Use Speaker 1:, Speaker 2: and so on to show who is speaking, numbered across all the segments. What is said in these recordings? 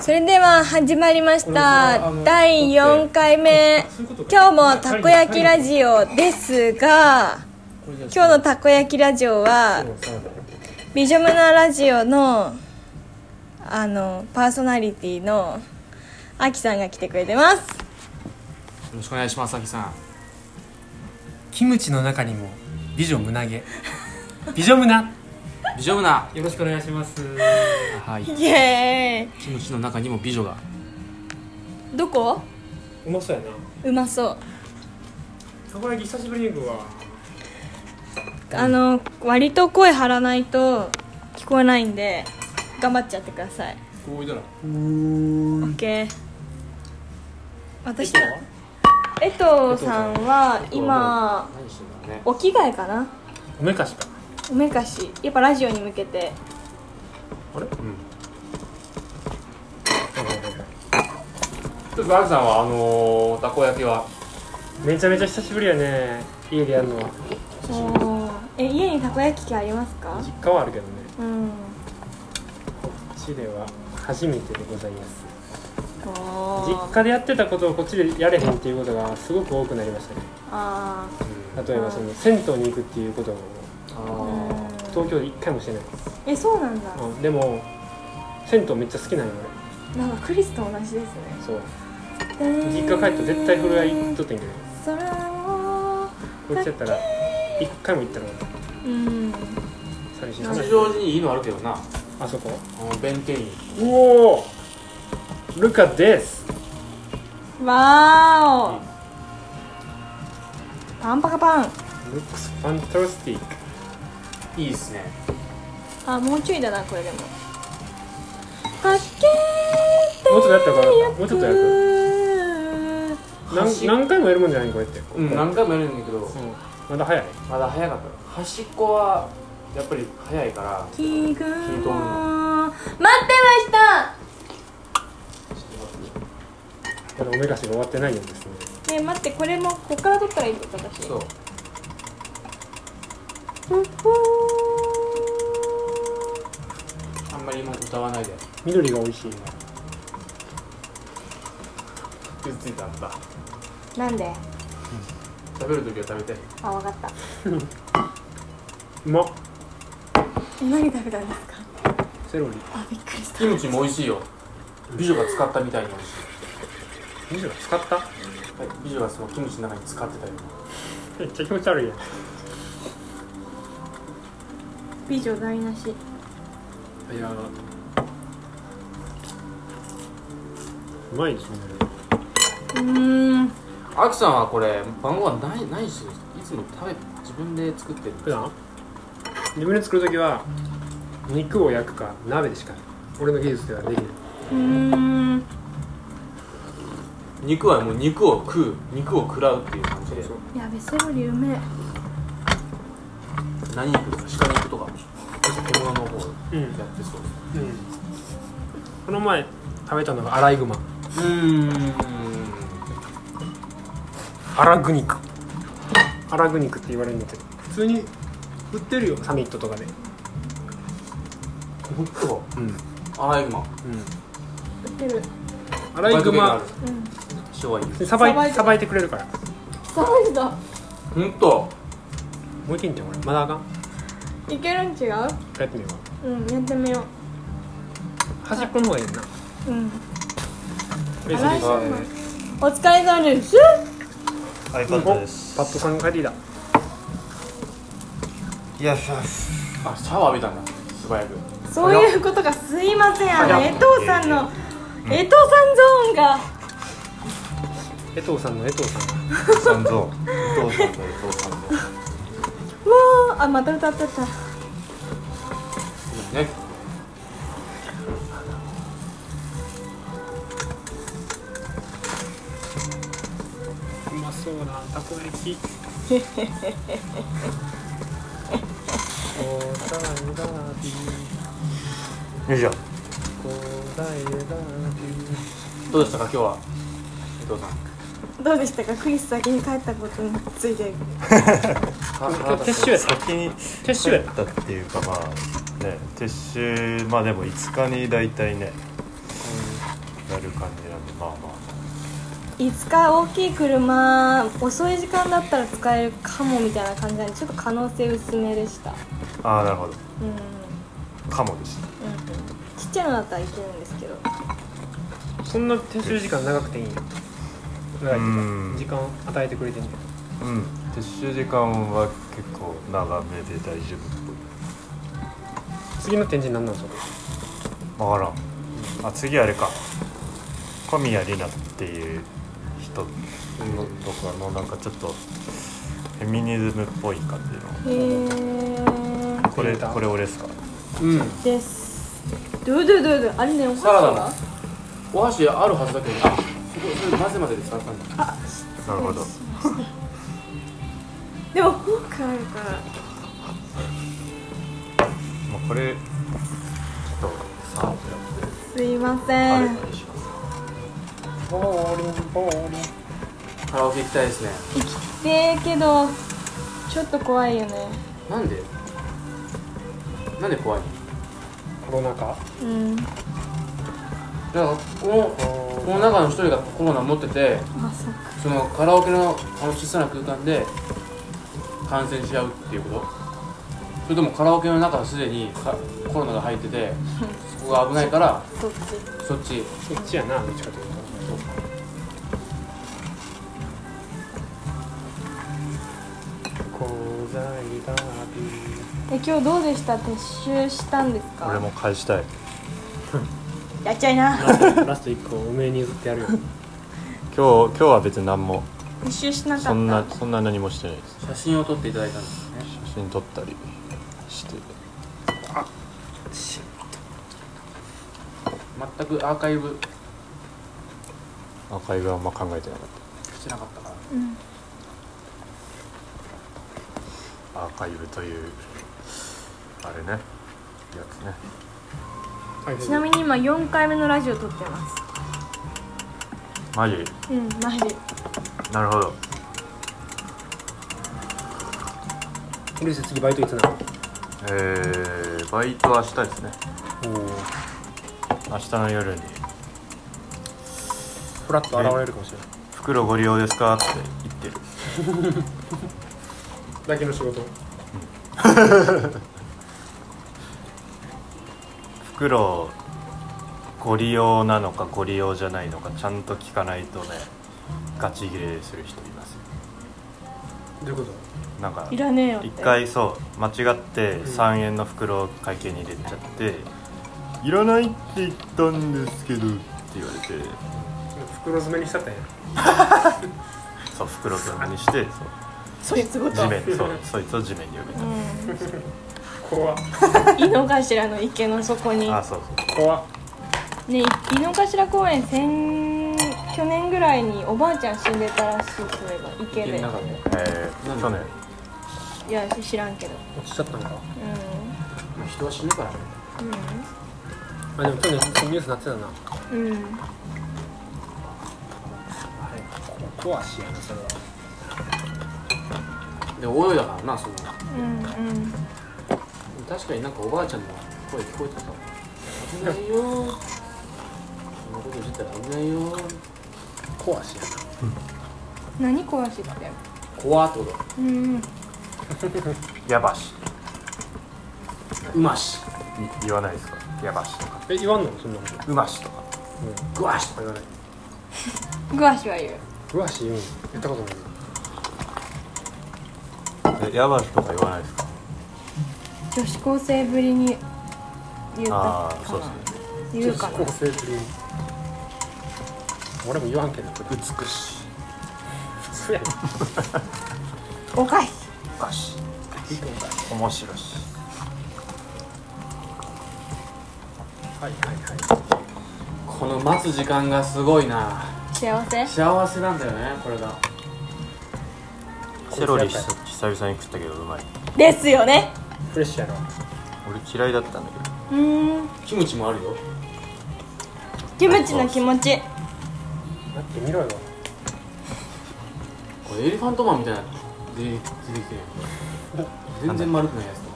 Speaker 1: それでは始まりました第4回目今日もたこ焼きラジオですが今日のたこ焼きラジオはビジョムナラジオのあのパーソナリティのあきさんが来てくれてます
Speaker 2: よろしくお願いします、あきさん。
Speaker 3: キムチの中にも美女胸 毛美女胸
Speaker 2: 美女な。
Speaker 3: よろしくお願いします
Speaker 2: はい。
Speaker 1: イエ
Speaker 2: キムチの中にも美女が。
Speaker 1: ーイどこ
Speaker 4: うまそうやな
Speaker 1: うまそう
Speaker 4: たこ焼き久しぶりに食うわ
Speaker 1: あの割と声張らないと聞こえないんで頑張っちゃってください
Speaker 4: こういたら
Speaker 1: オッケー私江藤さんは今
Speaker 2: 何してんだろうね。
Speaker 1: お着替えかな
Speaker 4: おめかしか
Speaker 1: おめかしやっぱラジオに向けて
Speaker 4: あれうん
Speaker 5: ちょっとアキさんはあのーたこ焼きは
Speaker 4: めちゃめちゃ久しぶりやね家でやるのは
Speaker 1: おえ家にたこ焼き器ありますか
Speaker 4: 実家はあるけどね
Speaker 1: うん
Speaker 4: こっちでは初めてでございます
Speaker 1: お
Speaker 4: 実家でやってたことをこっちでやれへんっていうことがすごく多くなりましたね
Speaker 1: あ
Speaker 4: 例えばその銭湯に行くっていうことを
Speaker 1: あ
Speaker 4: 東京で一回もしてないです、
Speaker 1: えそうなんだ
Speaker 4: うん、でも銭湯めっちゃ好きなのよ
Speaker 1: なんかクリスと同じですね
Speaker 4: 俺そう実家帰ったら絶対フルアイ行っとってんけど
Speaker 1: それは
Speaker 4: こっちやったら一回も行ったら
Speaker 1: うん
Speaker 4: 寂しい
Speaker 2: 吉祥寺にいいのあるけどな。
Speaker 4: あそこ
Speaker 2: あの弁慶に。
Speaker 4: うおールカです
Speaker 1: わーおパンパカパン
Speaker 4: ルックスファンタスティック
Speaker 2: いいっすね。
Speaker 1: あもうちょいだなこれでもかけ
Speaker 4: もうちょっとやったから
Speaker 1: て
Speaker 4: もうちょっとやる
Speaker 1: る
Speaker 4: 何何回もやるもんじゃないこれって
Speaker 2: うん、何回もやるんだけど、
Speaker 4: うんまだ早い
Speaker 2: まだ早かった。端っこは、やっぱり早いから、
Speaker 1: 気分
Speaker 2: 聞いとん
Speaker 1: を待ってました
Speaker 4: まだおめかしが終わってないようですね
Speaker 1: ねえ待ってこれもこっから取ったらいいってこと私
Speaker 2: そう。
Speaker 1: ふっふ
Speaker 2: あんまり今歌わないで。
Speaker 4: 緑が美味しいな
Speaker 2: 傷ついたんだ。
Speaker 1: ーなんで
Speaker 2: 食べるときは食べて。
Speaker 1: あわかった
Speaker 4: うまっ
Speaker 1: 何食べたんですか
Speaker 4: セロリ
Speaker 1: あびっくりした
Speaker 2: キムチも美味しいよ。美女が使ったみたいに美味しい。
Speaker 4: 緑が使った
Speaker 2: はい美女がそのキムチの中に使ってたよ。
Speaker 4: めっちゃ気持ち悪いやん
Speaker 1: 美女台無し
Speaker 2: いや
Speaker 4: うまいですね
Speaker 1: うーん
Speaker 2: あきさんはこれ、晩ご飯何、何してるんですかいつも食べ、自分で作ってるんです
Speaker 4: 普
Speaker 2: か
Speaker 4: 段自分で作るときは肉を焼くか鍋でしか俺の技術ではできないう
Speaker 1: ーん
Speaker 2: 肉はもう肉を食う肉を食らうっていう感じで
Speaker 4: そう
Speaker 1: やべセロリうめえ
Speaker 2: 何肉とか鹿肉とか獣の方や
Speaker 4: うん、
Speaker 2: ってそう
Speaker 4: この前食べたのがアライグマ
Speaker 2: うん
Speaker 4: アラグ肉アラグ肉って言われるんだけど普通に売ってるよサミットとかで
Speaker 2: 本当
Speaker 4: うんうん
Speaker 2: アライグマ
Speaker 1: 売ってる
Speaker 4: アライグマ
Speaker 1: うん
Speaker 2: 塩はいいです
Speaker 4: さば
Speaker 1: さばい
Speaker 4: い
Speaker 1: て
Speaker 4: さばいてくれるから
Speaker 1: サバイだ
Speaker 2: 本当
Speaker 4: もう一軒行ってもらうまだあかん
Speaker 1: いけるん違う
Speaker 4: やってみよ
Speaker 1: うんやってみよ
Speaker 4: う端っこの方がいいな
Speaker 1: ううん
Speaker 4: ベース
Speaker 1: アライ
Speaker 4: に
Speaker 1: グマお疲れ様です
Speaker 6: アイパッドです。
Speaker 4: パッドさんが帰ってきた
Speaker 6: いや
Speaker 2: あ
Speaker 6: いや、
Speaker 2: シャワー浴びたんだ素早く
Speaker 1: そういうことがすいませんあの江藤さんの江藤さんゾーンが
Speaker 4: 江藤さんの江藤さんが
Speaker 6: さんぞ。
Speaker 2: どうしたんだよどうしたんだよ
Speaker 1: わーあまた歌ってた
Speaker 2: ね
Speaker 4: うまそうなたこ焼 きおさえだ
Speaker 6: よいしょ。
Speaker 4: こさえだ
Speaker 2: どうでしたか今日は伊藤さん
Speaker 1: どうでしたかクリス先に帰ったことについて
Speaker 2: は
Speaker 4: 撤収やった
Speaker 6: 先に
Speaker 4: 撤収やっ
Speaker 6: だっていうかまあね、撤収まあでも5日に大体ね、なる感じなんでまあま
Speaker 1: いつか大きい車遅い時間だったら使えるかもみたいな感じなんでちょっと可能性薄めでした
Speaker 6: あああなるほど
Speaker 1: うんうん
Speaker 6: カモでした
Speaker 1: ちっちゃいのだったらいけるんですけど
Speaker 4: そんな撤収時間長くていいんや長いっていうか時間与えてくれてんね
Speaker 6: うん撤収時間は結構長めで大丈夫っ
Speaker 4: 次の展示何なんですか
Speaker 6: ぽいわからんあ次あれか小宮里奈っていう人のとかのなんかちょっとフェミニズムっぽい感じの
Speaker 1: へー
Speaker 6: これ
Speaker 4: フィルター
Speaker 6: これ俺ですか
Speaker 1: ですどうどうどうどうあれねお箸
Speaker 2: サラダ
Speaker 1: は
Speaker 2: のお箸あるはずだけどあすごいそれ混ぜ混ぜで触ったんだ
Speaker 6: なるほど
Speaker 1: でもフォークあるから
Speaker 6: まあ、これちょっとさ
Speaker 1: すいま
Speaker 6: あ
Speaker 1: せ
Speaker 6: れ
Speaker 1: ん
Speaker 6: にします
Speaker 4: ボーリンボーリン
Speaker 2: カラオケ行きたいですね
Speaker 1: 生きてーけどちょっと怖いよね
Speaker 2: なんでなんで怖いの
Speaker 4: コロナ禍
Speaker 1: うん
Speaker 2: だからこのこの中の一人がコロナ持ってて
Speaker 1: まさか
Speaker 2: そのカラオケのあの小さな空間で感染し合うっていうことそれともカラオケの中はすでにかコロナが入って てそこが危ないから
Speaker 1: そっち
Speaker 2: そっち
Speaker 4: そっちやなどっちかというとこうざいだび
Speaker 1: え今日どうでした撤収したんですか
Speaker 6: 俺も返したい
Speaker 1: やっちゃいな
Speaker 4: ラスト1個おめえに譲ってやるよ
Speaker 6: 今日今日は別に何も
Speaker 1: 撤収しなかった
Speaker 6: そんなそんな何もしてないです
Speaker 2: 写真を撮っていただいたんですね
Speaker 6: 写真撮ったりして
Speaker 2: 全くアーカイブ
Speaker 6: 赤いはあんま考えてなかっ
Speaker 2: してなかったから
Speaker 1: うん
Speaker 6: たアーカイブというあれねやつね
Speaker 1: ちなみに今4回目のラジオ撮ってま
Speaker 6: マジ
Speaker 1: すうんマジ
Speaker 6: なるほど
Speaker 4: にルイス次バイトいつなの
Speaker 6: えー、バイトは明日ですね明日の夜に
Speaker 4: フラッと現れるかもしれない
Speaker 6: 「袋ご利用ですか?」って言ってる
Speaker 4: だけの仕事
Speaker 6: 袋ご利用なのかご利用じゃないのかちゃんと聞かないとねガチギレする人いますよ
Speaker 4: どういうこ
Speaker 6: なんか
Speaker 1: いらねえよって
Speaker 6: 一回そう間違って3円の袋を会計に入れちゃって「いらないって言ったんですけど」って言われて
Speaker 4: と袋詰めにしちゃったんや
Speaker 6: そう袋をにして
Speaker 1: そいつご
Speaker 6: そう
Speaker 1: と
Speaker 6: 地面そうそいつを地面に呼びた
Speaker 4: 怖っ
Speaker 1: 井の頭の池の底に
Speaker 6: あそうそう
Speaker 4: 怖っ
Speaker 1: ね井の頭公園先去年ぐらいにおばあちゃん死んでたらしいそういえば池
Speaker 2: 家
Speaker 1: で
Speaker 2: の中で
Speaker 6: えー去年
Speaker 1: いや知らんけど
Speaker 4: 落ちちゃったのか
Speaker 1: う
Speaker 2: まあ人は死ぬからね
Speaker 4: あでも去年ニュースなってたなん
Speaker 1: うんうん
Speaker 4: あれ怖っしやなそれは
Speaker 2: で泳いだからなそんな
Speaker 1: うんうん
Speaker 2: 確かになんかおばあちゃんの声聞こえてたわ危ないよーそんなことしてたら危ないよー
Speaker 4: 怖っしや
Speaker 1: 何壊しって
Speaker 2: 怖っってこと
Speaker 1: うん
Speaker 6: やばし
Speaker 2: うまし
Speaker 6: い言わないですかやばしとか
Speaker 4: なえ言わんのそんなこと
Speaker 6: うましとか
Speaker 2: ぐわし
Speaker 4: 言わない
Speaker 1: 詳しは言う
Speaker 4: うわし言うん言ったことない
Speaker 6: えやばしとか言わないですか
Speaker 1: 女子高生ぶりに言うた
Speaker 6: あ
Speaker 1: か
Speaker 6: あ
Speaker 1: な
Speaker 6: そうですね
Speaker 1: 言うかな
Speaker 4: 女子高生ぶりに俺も言わんけどこれ
Speaker 6: 美しい
Speaker 4: 普通やん
Speaker 1: おかし
Speaker 6: おかしい面白し
Speaker 4: はいはいはい
Speaker 2: この待つ時間がすごいな
Speaker 1: 幸せ
Speaker 2: 幸せなんだよねこれが
Speaker 6: セロリ久々に食ったけどうまい
Speaker 1: ですよね
Speaker 4: フレッシュやな
Speaker 6: 俺嫌いだったんだけ
Speaker 1: う
Speaker 6: ど
Speaker 1: ーん
Speaker 2: キムチもあるよ
Speaker 1: キムチの気持ち
Speaker 4: 待ってみろよ
Speaker 2: これエレファントマンみたいなの出て出てきてるやん全然丸くないやつと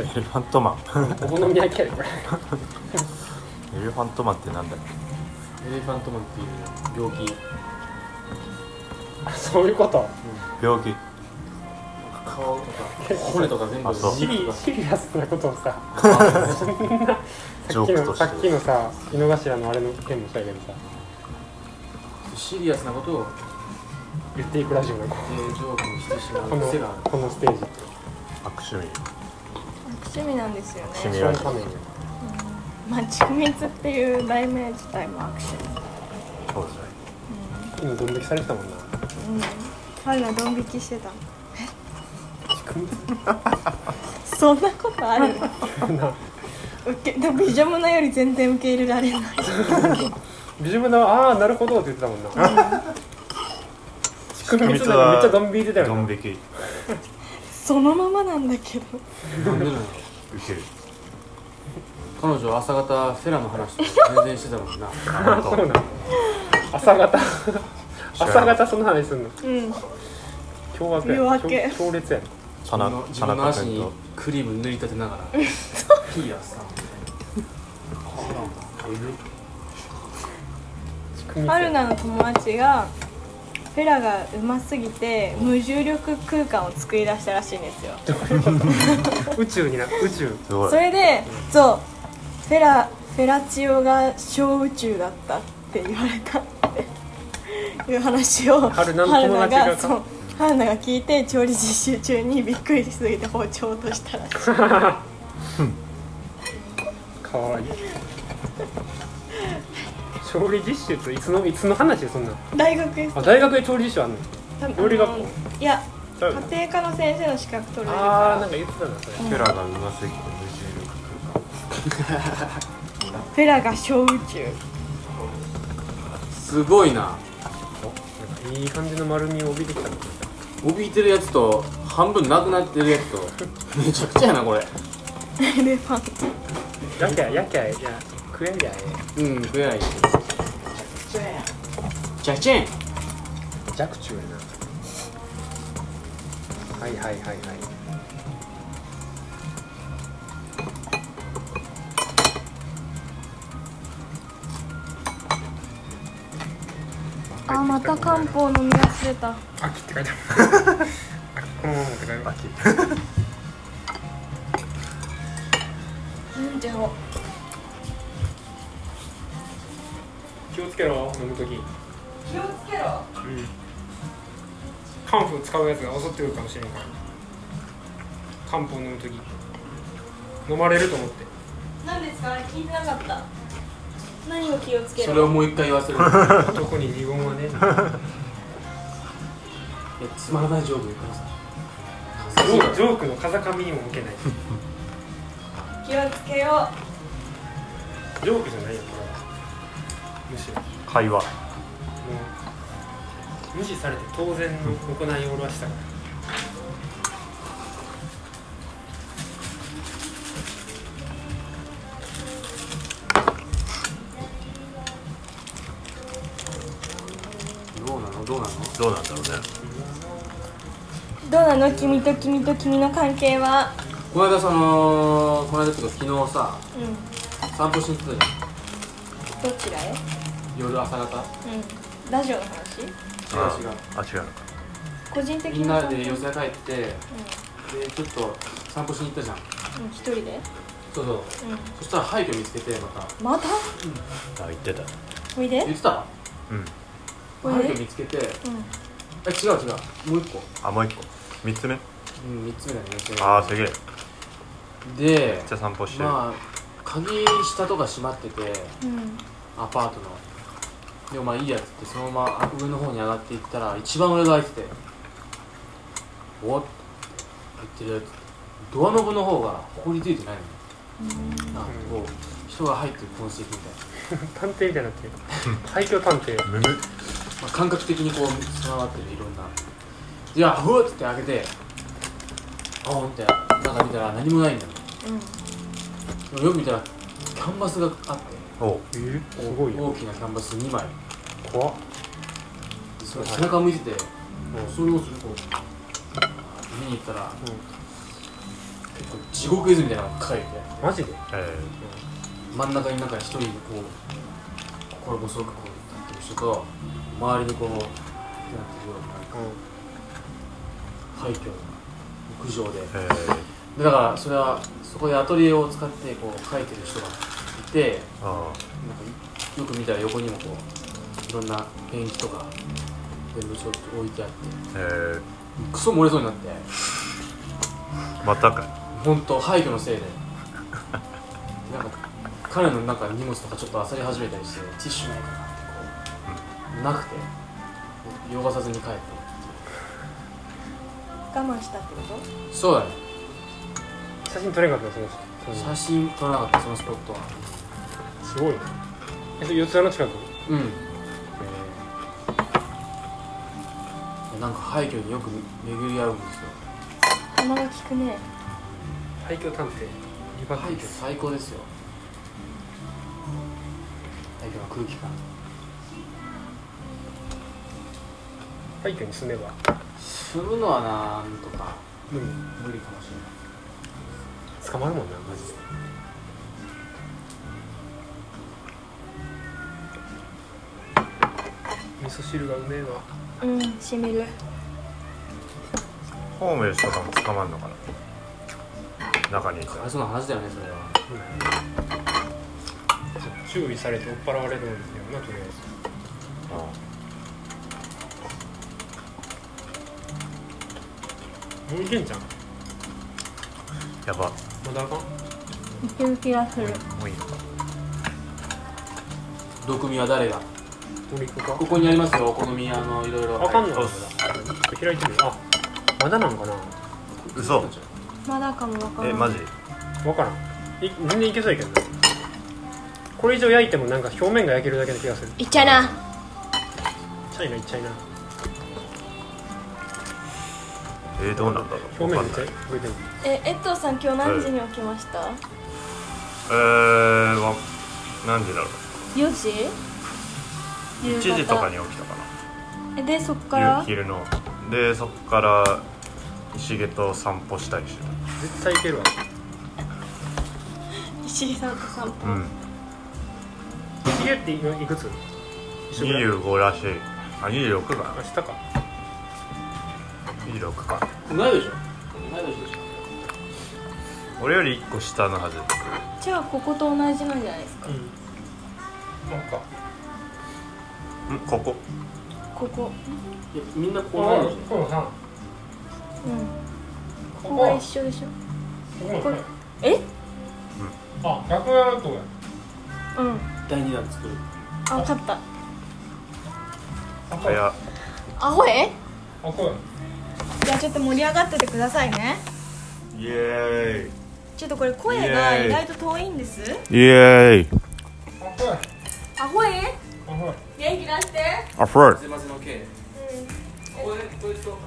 Speaker 2: か
Speaker 6: エレファントマン
Speaker 4: お好み焼きやでこれ
Speaker 6: エレファントマンってなんだろう
Speaker 2: エレファントマンっていう病気
Speaker 4: そういうこと
Speaker 6: 病気
Speaker 2: 顔とか骨とか全部
Speaker 6: あそう
Speaker 4: シリシリアスなことを さそんな
Speaker 6: ジ
Speaker 4: さ
Speaker 6: ョ
Speaker 4: っき
Speaker 6: ークと
Speaker 4: の
Speaker 6: して
Speaker 4: さっきのさ井の頭のあれの件もしたけどさ
Speaker 2: シリアスなことを
Speaker 4: 言っていくラジオのこ
Speaker 2: えージョークにしてしま
Speaker 4: こ
Speaker 2: う
Speaker 4: の
Speaker 2: 癖がある
Speaker 4: このステージ
Speaker 6: 悪趣味
Speaker 1: 趣味なんですよ
Speaker 6: 趣
Speaker 1: ね
Speaker 6: 味
Speaker 4: ショ
Speaker 6: ラ
Speaker 4: ーン
Speaker 6: ジ
Speaker 4: 仮面
Speaker 1: まあちみつっていう題名自体も握手
Speaker 6: オそうですね
Speaker 4: 今ドン引きされてたもんな
Speaker 1: うんファンがドン引きしてたえそんなこと ある
Speaker 4: な
Speaker 1: 受けでもビジョムナより全然受け入れられない
Speaker 4: ビジュムのああなるほどって言ってたもんな仕組みめっちゃドン引いてたよ
Speaker 6: ド
Speaker 4: な
Speaker 6: ン引き受
Speaker 1: そのままなんだけど
Speaker 2: なんでなの
Speaker 6: ける
Speaker 2: 彼女は朝方フェラの話とか全然してたもんな
Speaker 6: あ
Speaker 4: そうなの朝方朝方その話すんの
Speaker 1: うん
Speaker 4: 凶悪や
Speaker 1: 夜明け
Speaker 4: 強強烈やね
Speaker 6: 田
Speaker 2: 自分の
Speaker 6: 中
Speaker 2: 自
Speaker 6: 田
Speaker 2: 分の
Speaker 6: 中
Speaker 2: 足
Speaker 6: 君
Speaker 2: に
Speaker 6: と
Speaker 2: クリーム塗りたてながらピアスさん
Speaker 4: 仕組み
Speaker 1: 春菜の友達がフェラがうますぎて無重力空間を作り出したらしいんですよ
Speaker 4: 宇宙にな宇宙
Speaker 6: すごい
Speaker 1: それでそうフェラフェラチオが小宇宙だったって言われたっていう話を
Speaker 4: 春菜の友達が
Speaker 1: 春菜そう春菜が聞いて調理実習中にびっくりしすぎて包丁を落としたらしい
Speaker 4: かわいい調理実習っていつのいつの話そんなん
Speaker 1: 大学です
Speaker 4: あ大学で調理実習あんの料理学校
Speaker 1: あのいや
Speaker 4: だよね
Speaker 1: 家庭科の先生の資格取れる
Speaker 4: あーな
Speaker 1: か
Speaker 4: んか言ってたなそれ
Speaker 6: フェラがうますぎて無重力空
Speaker 1: ら
Speaker 6: 間
Speaker 1: フェラが小宇宙
Speaker 2: すごいな
Speaker 4: なんかいい感じの丸みを帯びてきたな
Speaker 2: 怯えてるやつと半分なくなってるやつとめちゃくちゃやなこれ
Speaker 1: エレファント
Speaker 4: やきゃやきゃや食えりゃえ
Speaker 2: うん食えない
Speaker 1: じゃあ
Speaker 2: ジャチェン
Speaker 4: え弱中やなはいはいはいはい
Speaker 1: あーまた漢方飲み忘れた
Speaker 4: 秋って書いてあるこのまま持っ て帰る
Speaker 6: 秋
Speaker 1: 飲んじゃおう
Speaker 4: 気をつけろ飲むとき
Speaker 1: 気をつけろ
Speaker 4: 漢方使うやつが襲ってくるかもしれんから漢方飲むとき飲まれると思 って
Speaker 1: 何ですかあれ聞いてなかった何を気をつけ
Speaker 2: それを
Speaker 1: ろ
Speaker 2: もう一回言わ せるい
Speaker 4: 男に二言はね
Speaker 2: やつまらないジョーク言ってます
Speaker 4: ジョージョークの風上にも向けない
Speaker 1: 気をつけよ
Speaker 4: ジョークじゃないよこれはむしろも
Speaker 6: 会話
Speaker 4: う無視されて当然の行いを俺はしたから
Speaker 2: どうなのどうなの
Speaker 6: どうなんだろうね
Speaker 1: うどうなの君と君と君の関係は
Speaker 2: この間そのこの間っていうか昨日さ
Speaker 1: うん
Speaker 2: 散歩しに行ってた
Speaker 1: ど
Speaker 2: じ
Speaker 1: ちらへ
Speaker 2: ゃん夜朝方
Speaker 1: うんラジオの話
Speaker 2: 違う違う
Speaker 6: あ違うのか
Speaker 1: 個人的
Speaker 2: みん
Speaker 1: な
Speaker 2: な
Speaker 1: 関係
Speaker 2: で寄せ帰ってで
Speaker 1: う
Speaker 2: ちょっと散歩しに行ったじゃん
Speaker 1: ん、うん、一人で
Speaker 2: そうそう
Speaker 1: う
Speaker 2: そしたら廃墟見つけてまた
Speaker 1: んまた
Speaker 6: あ言ってた
Speaker 1: おいで
Speaker 2: 言ってた
Speaker 6: うん
Speaker 1: お
Speaker 2: 廃
Speaker 1: いで
Speaker 2: 墟見つけてえ
Speaker 1: うん
Speaker 2: 違う違うもう一個
Speaker 6: あもう一個三つ目
Speaker 2: うん3つ目だね寄せ
Speaker 6: ああすげえめっ
Speaker 2: で
Speaker 6: ちゃ散歩してる、
Speaker 2: まあ鍵下とか閉まってて
Speaker 1: うん
Speaker 2: アパートのでもまあいいやつってそのまま上の方に上がっていったら一番上が開いてておっ入ってるやつドアノブの方が埃ついてないのなんかこう人が入ってる痕跡みたい
Speaker 4: 探偵みたいになってる廃墟探偵
Speaker 6: むむ
Speaker 2: な、まあ、感覚的にこうつながってるいろんなじゃあふわっつって開けてあほんって中見たら何もないんだよでもよく見たらキャンバスがあって
Speaker 6: おう
Speaker 4: えー、すごいよ
Speaker 2: 大きなキャンバス2枚
Speaker 4: 怖っ
Speaker 2: その背中向いてて
Speaker 4: う
Speaker 2: それをそれこう見に行ったら、結構地獄絵図みたいなのが描いて
Speaker 4: マジで
Speaker 6: え
Speaker 2: 真ん中になんか一人こうこれ細くこうやってる人と周りにこうやってるようななんか廃墟の屋上で
Speaker 6: え
Speaker 2: でだからそれはそこでアトリエを使ってこう描いてる人がいて
Speaker 6: ー、あ
Speaker 2: なんかいよく見たら横にもこういろんなペンキとか全部ちょっと置いてあって
Speaker 6: ーえ
Speaker 2: クソ漏れそうになって
Speaker 6: ー、またか
Speaker 2: 本当廃墟のせいでなんか彼のなんか荷物とかちょっと漁り始めたりしてティッシュないかなってこうなくて汚さずに帰って
Speaker 1: 我慢したってこ
Speaker 2: そうだね
Speaker 4: 写真撮れなかったですその人
Speaker 2: 写真撮らなかったそのスポットは
Speaker 4: すごいねえそれ四ツ谷の近く
Speaker 2: うんなんか廃墟によく巡り合うんですよ
Speaker 1: とたまが聞くね
Speaker 4: 廃墟探偵リバ
Speaker 2: 廃墟最高ですよ廃墟の空気感
Speaker 4: 廃墟に住めば
Speaker 2: 住むのはなんとか
Speaker 4: 無理
Speaker 2: 無理かもしれない
Speaker 4: 捕まるもんなマジで味噌汁がうめえわ
Speaker 1: うんしみる
Speaker 6: ホームレスとかも捕まんのかな中にいた
Speaker 2: からわいそうな話だよねそれは
Speaker 4: 注意されて追っ払われるんだよなとりあえずもういけんじゃん
Speaker 6: うんやばも
Speaker 4: まだあかん
Speaker 1: いける気がす
Speaker 6: うい
Speaker 1: る
Speaker 6: いもういいのか
Speaker 2: 毒味は誰が
Speaker 4: 俺行くか
Speaker 2: ここにありますよお好みあのいろいろ
Speaker 4: あかんの
Speaker 2: はい
Speaker 6: そうっ
Speaker 4: 開いてみるあまだなんかな
Speaker 6: 嘘
Speaker 1: まだかもわからな
Speaker 6: え
Speaker 1: い
Speaker 6: マジ
Speaker 4: わからんい全然いけそうやけどなこれ以上焼いてもなんか表面が焼けるだけの気がする
Speaker 1: いっちゃいな
Speaker 4: チャイナいっちゃいな
Speaker 6: えー、どうなんだろう
Speaker 4: 表
Speaker 6: わ
Speaker 4: 面
Speaker 6: かん
Speaker 4: めっちゃ
Speaker 6: ない
Speaker 4: 焼いてる
Speaker 1: え江藤さん今日何時に起きました
Speaker 6: えー、わ何時だろう
Speaker 1: 4時夕
Speaker 6: 1
Speaker 1: 方
Speaker 6: 時とかに起きたか
Speaker 1: えでそっか
Speaker 6: な
Speaker 1: ら
Speaker 6: 夕昼のでそっから石毛と散歩したりして
Speaker 4: 絶対いけるわ
Speaker 1: 石井さんと散歩
Speaker 6: たうん
Speaker 4: ひげって今いくつ一緒ぐらい
Speaker 6: 25らしいあ26か
Speaker 4: 明日か
Speaker 6: な26か
Speaker 2: うまいでしょうまいでしょ
Speaker 6: 俺より1個下のはず
Speaker 1: じゃあここと同じなんじゃないですか
Speaker 4: うん
Speaker 6: んここ
Speaker 1: ここ
Speaker 2: いやみんなこ
Speaker 4: こ
Speaker 2: うなるでしょ
Speaker 4: こさ
Speaker 1: うんここが一緒でしょこれえ
Speaker 4: あ楽屋のとこや
Speaker 1: うん
Speaker 2: 第2弾作る
Speaker 1: あ分かった
Speaker 6: 早や
Speaker 1: アホえ
Speaker 4: あこ
Speaker 1: じゃあちょっと盛り上がっててくださいね
Speaker 6: イエ
Speaker 1: ちょっとこれ声が意外と遠いんです
Speaker 6: ーイイエーイ
Speaker 4: やあこや
Speaker 1: アホえ
Speaker 4: あこや
Speaker 1: 元気出して
Speaker 6: あフロ
Speaker 2: 混ぜ混ぜの系ここでこいつと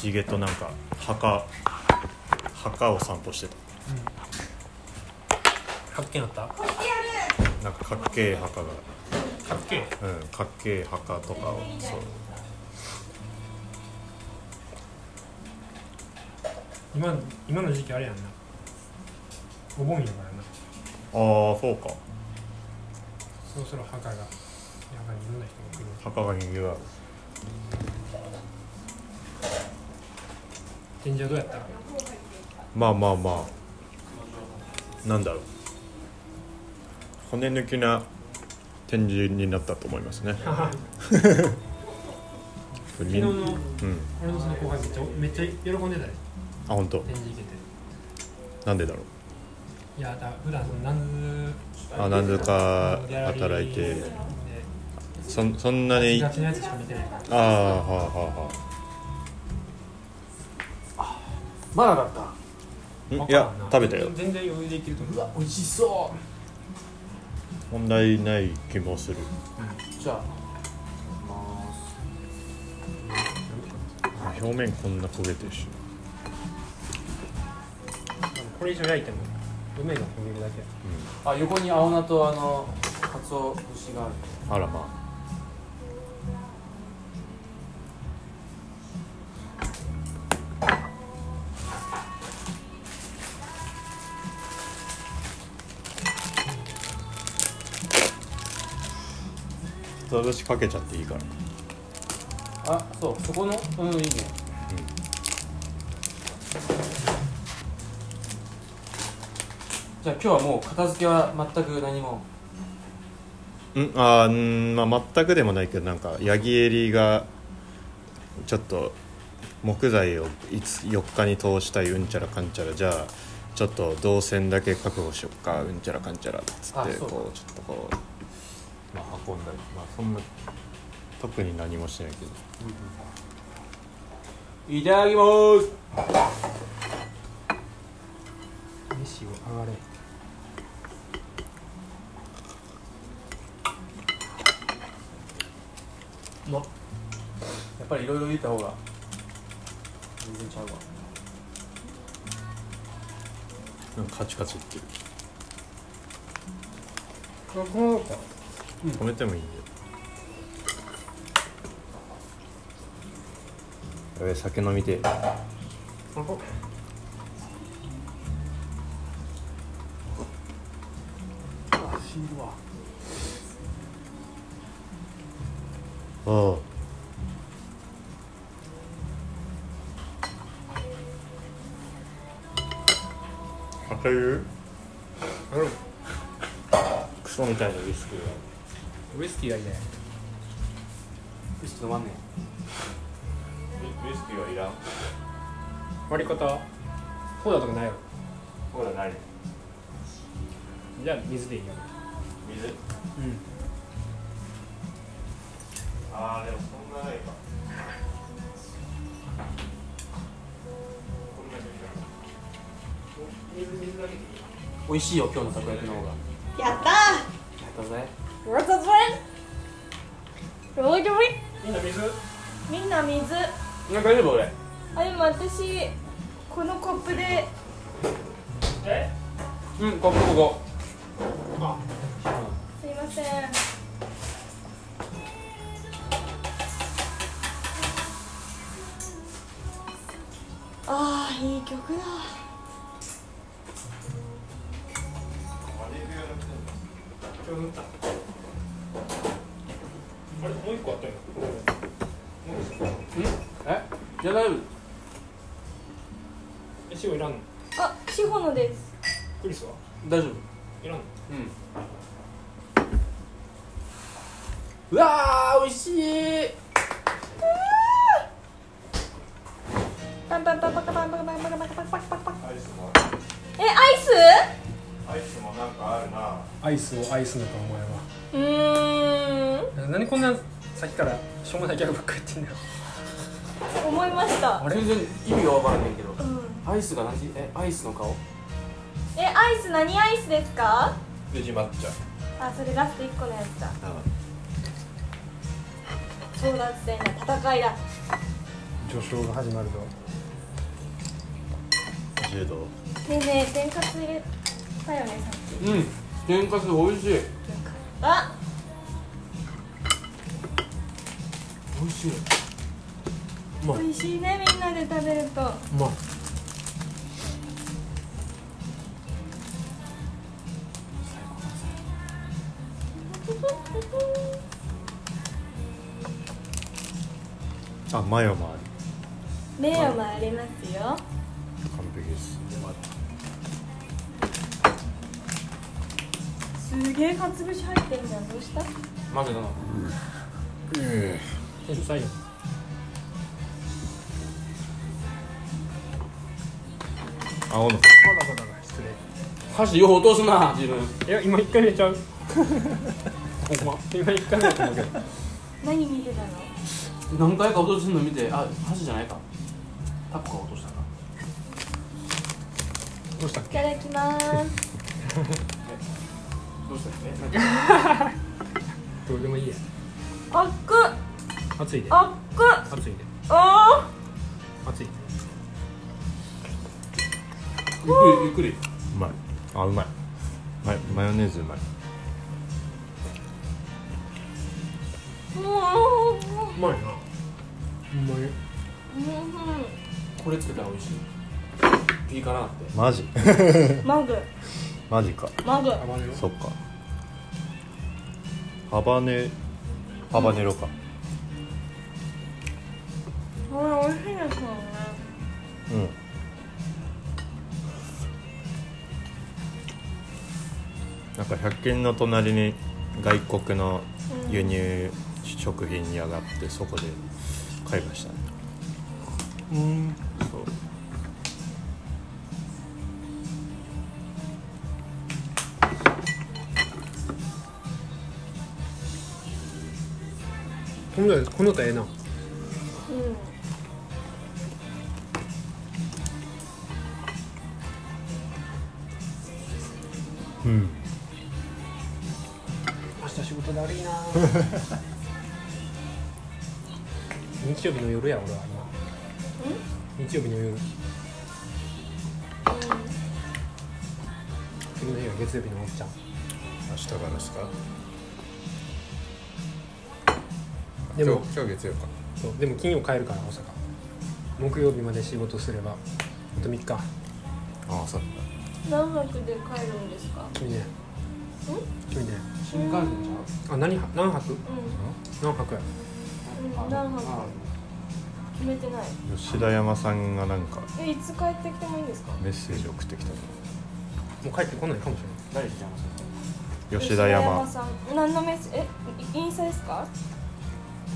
Speaker 6: 石毛となんか墓墓を散歩して
Speaker 3: かっけえなった
Speaker 6: たなんかかっけえ墓が
Speaker 3: かっけえ
Speaker 6: うんかっけえ墓とかをそう
Speaker 4: 今今の時期あれやんなお盆やからな
Speaker 6: ああそうか
Speaker 4: そろそろ墓がやばいいろんな人が来る
Speaker 6: 墓が人間ある
Speaker 4: 展示はどうやった
Speaker 6: まあまあまあなんだろう骨抜きな展示になったと思いますねみん
Speaker 4: 昨
Speaker 6: う
Speaker 4: 日の
Speaker 6: ん
Speaker 4: 俺のその後輩めっちゃめっちゃ喜んでたよ
Speaker 6: あ本当
Speaker 4: 展示行けて
Speaker 6: なんでだろう
Speaker 4: いやだ普段そのナンズ
Speaker 6: あ何故か働いて
Speaker 4: で
Speaker 6: そんそんな
Speaker 4: 見
Speaker 6: に
Speaker 4: が
Speaker 6: あ
Speaker 4: ちなやつしか見てないから
Speaker 6: あはあは
Speaker 2: まだだった
Speaker 6: あはあん
Speaker 4: わか
Speaker 6: い
Speaker 4: ら
Speaker 6: や
Speaker 4: んな
Speaker 6: 食べたよ
Speaker 4: 全然余裕でいけると思う
Speaker 2: うわ美味しそ
Speaker 6: 問題ない気もする
Speaker 2: うじゃあいきます
Speaker 6: 表面こんな焦げてるし
Speaker 4: これ以上焼いても梅が焦げるだけ
Speaker 2: あ横に青菜とあのカツオ節がある
Speaker 6: あらま
Speaker 4: こ
Speaker 6: ざるしかけちゃっていいから
Speaker 2: あそうそこのうんいいねじゃあ今日はもう片付けは全く何も
Speaker 6: うんあーうんまあ全くでもないけどなんかヤギエリがちょっと木材をいつ4日に通したいうんちゃらかんちゃらじゃあちょっと動線だけ確保しよっかうんちゃらかんちゃらっつ
Speaker 2: あ
Speaker 6: って
Speaker 2: そう
Speaker 6: こうちょっとこう、まあ、運んだりまあそんな特に何もしてないけど
Speaker 2: いただきます
Speaker 4: 飯を上がれ
Speaker 2: うまっやっぱりいろいろ入れた方が全然ちゃうわ
Speaker 6: うんカチカチってる
Speaker 4: ここか
Speaker 6: 止めてもいいんだよ、やべえ酒飲みてえ
Speaker 4: ここ
Speaker 2: あ死ぬわ
Speaker 6: ああ赤湯クソみたいなウイスキー
Speaker 4: ウイスキーがいいね
Speaker 2: ウイスキー飲まんねん
Speaker 6: ウイスキーはいらん
Speaker 4: 割り方コーダとかないよ
Speaker 6: ほらない
Speaker 4: じゃあ水でいいよ
Speaker 6: 水
Speaker 4: うん
Speaker 6: ああでもそんなないか
Speaker 2: 美味しいよ今日のたこ焼きの方があ
Speaker 1: やったー
Speaker 2: りがとうございます
Speaker 1: ロードブレロードブレ
Speaker 4: みんな水
Speaker 1: みんな水あ
Speaker 2: なんか大丈夫俺
Speaker 1: でも私このコップで
Speaker 4: え
Speaker 2: うんここここ
Speaker 1: すいませんあーいい曲だ
Speaker 4: 今日塗ったあれもう一個あったよ
Speaker 2: うんえじゃあ大丈夫
Speaker 4: え塩いらんの
Speaker 1: あ志保のです
Speaker 4: クリスは
Speaker 2: 大丈夫
Speaker 4: いらんの
Speaker 2: うんうわー美味しい
Speaker 1: パンパンパンパカパンパカパンパカパンパカパンパンパンえアイス
Speaker 6: アイスもなんかあるな
Speaker 4: アイスをアイスのかお前は
Speaker 1: うーん
Speaker 4: 何こんなさっきからしょうもないギャグばっかり言ってんだよ
Speaker 1: 思いました
Speaker 2: 全然意味がわからないけど
Speaker 1: うん
Speaker 2: アイスが何えアイスの顔
Speaker 1: えアイス何アイスですか
Speaker 6: ベジ抹茶
Speaker 1: あそれラスト1個のやつだ
Speaker 6: あ
Speaker 1: 争奪戦だ戦いだ
Speaker 4: 序章が始まるぞ
Speaker 6: 柔道
Speaker 1: ねえねえ天かす入れたよねさっき
Speaker 2: うん天かす美味しい
Speaker 1: あ
Speaker 2: 美味しいう
Speaker 1: 美味しいねみんなで食べると
Speaker 2: まい
Speaker 6: あマヨもある
Speaker 1: 名誉もありますよ
Speaker 6: 完璧です
Speaker 1: すげえかつぶし入ってんじゃんどうした
Speaker 2: マジだな
Speaker 4: 天才よ
Speaker 6: 青
Speaker 4: あ
Speaker 6: の
Speaker 4: らららら失
Speaker 2: 箸よう落とすな自分
Speaker 4: 礼いや今一回目 ちゃうほんま今一回目だと思うけど
Speaker 1: 何見てたの
Speaker 2: 何回か落としてんの見てあ箸じゃないかタコが落としたか
Speaker 4: どうしたっ
Speaker 1: いただきます
Speaker 2: どうしたっけなんか
Speaker 4: けどうでもいいや
Speaker 1: あっく
Speaker 4: 熱いで
Speaker 1: あっく
Speaker 4: 熱いで
Speaker 1: おー
Speaker 4: 熱いで
Speaker 2: ゆっくりゆっく
Speaker 6: うまいあうまいマヨマヨネーズうまい
Speaker 1: もう
Speaker 4: うまいなうまい
Speaker 1: うん
Speaker 2: りこれつけたら美味しいピーかなって
Speaker 6: マジ
Speaker 1: マグ
Speaker 6: マジか
Speaker 1: マグ
Speaker 4: あまるよ
Speaker 6: そっかハバネハバネロか、
Speaker 1: これ美味しいですもんね
Speaker 6: うんなんか100均の隣に外国の輸入食品屋があってそこで買いましたねうんそう
Speaker 4: このこの歌ええな
Speaker 6: うん
Speaker 4: 明日仕事だる いな日曜日の夜や俺は今日曜日の夜次の日は月曜日のおっちゃん
Speaker 6: 明日からですか
Speaker 4: でも
Speaker 6: 今日今日月曜か
Speaker 4: そうでも金曜帰るから大阪木曜日まで仕事すればあと3日
Speaker 6: ああそう
Speaker 1: 何泊で帰るんですか
Speaker 4: 君ね君ね
Speaker 2: 新幹線ち
Speaker 4: あ何は何泊
Speaker 1: う
Speaker 4: 何泊や
Speaker 2: ゃう
Speaker 1: うん何泊
Speaker 2: あ
Speaker 1: ん決めてない
Speaker 6: 吉田山さんがなんか
Speaker 1: えいつ帰ってきてもいいんですか
Speaker 6: メッセージ送ってきた
Speaker 4: もう帰ってこないかもしれない
Speaker 2: 誰じゃんそれ
Speaker 6: の吉田山
Speaker 1: さん何のメッセえインスタですか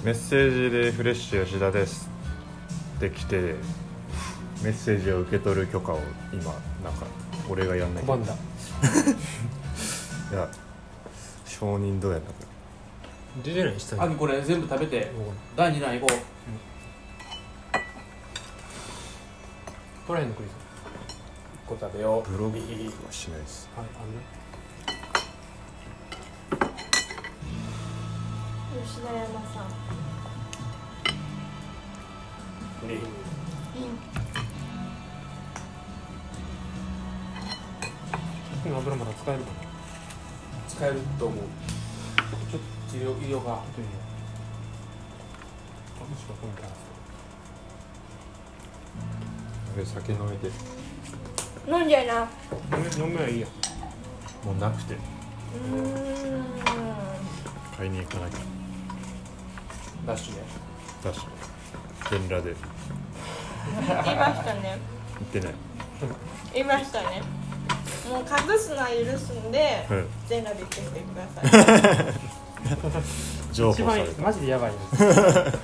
Speaker 6: メッセージで「フレッシュ吉田です」って来てメッセージを受け取る許可を今なんか俺がやんない
Speaker 4: 拒んだ
Speaker 6: いや承認どうやんなこ
Speaker 4: 出てない下に
Speaker 2: あきこれ全部食べて第2弾行こ
Speaker 4: こらへんのクイズ
Speaker 2: う1個食べよ
Speaker 6: れブログはしないです
Speaker 4: はいあんね
Speaker 1: 吉田山さん
Speaker 4: この油まだ使えるかな
Speaker 2: う使えると思うちょっと入れよう入れようか
Speaker 4: というあもしくはこのタ
Speaker 6: 俺酒飲めて
Speaker 1: 飲んじゃいなう
Speaker 4: ンス飲め飲めはいいや
Speaker 6: もうなくて
Speaker 1: ーん
Speaker 6: 買いに行かなきゃ
Speaker 2: ダッシュで
Speaker 6: だし全裸で行
Speaker 1: いましたね
Speaker 6: ってない
Speaker 1: いましたねもう隠すのは許すんで
Speaker 6: うん
Speaker 1: 全裸で行ってきてください
Speaker 6: 情報
Speaker 4: 一
Speaker 6: さ
Speaker 4: 番
Speaker 6: れた酔っ
Speaker 4: マジでやばいやつ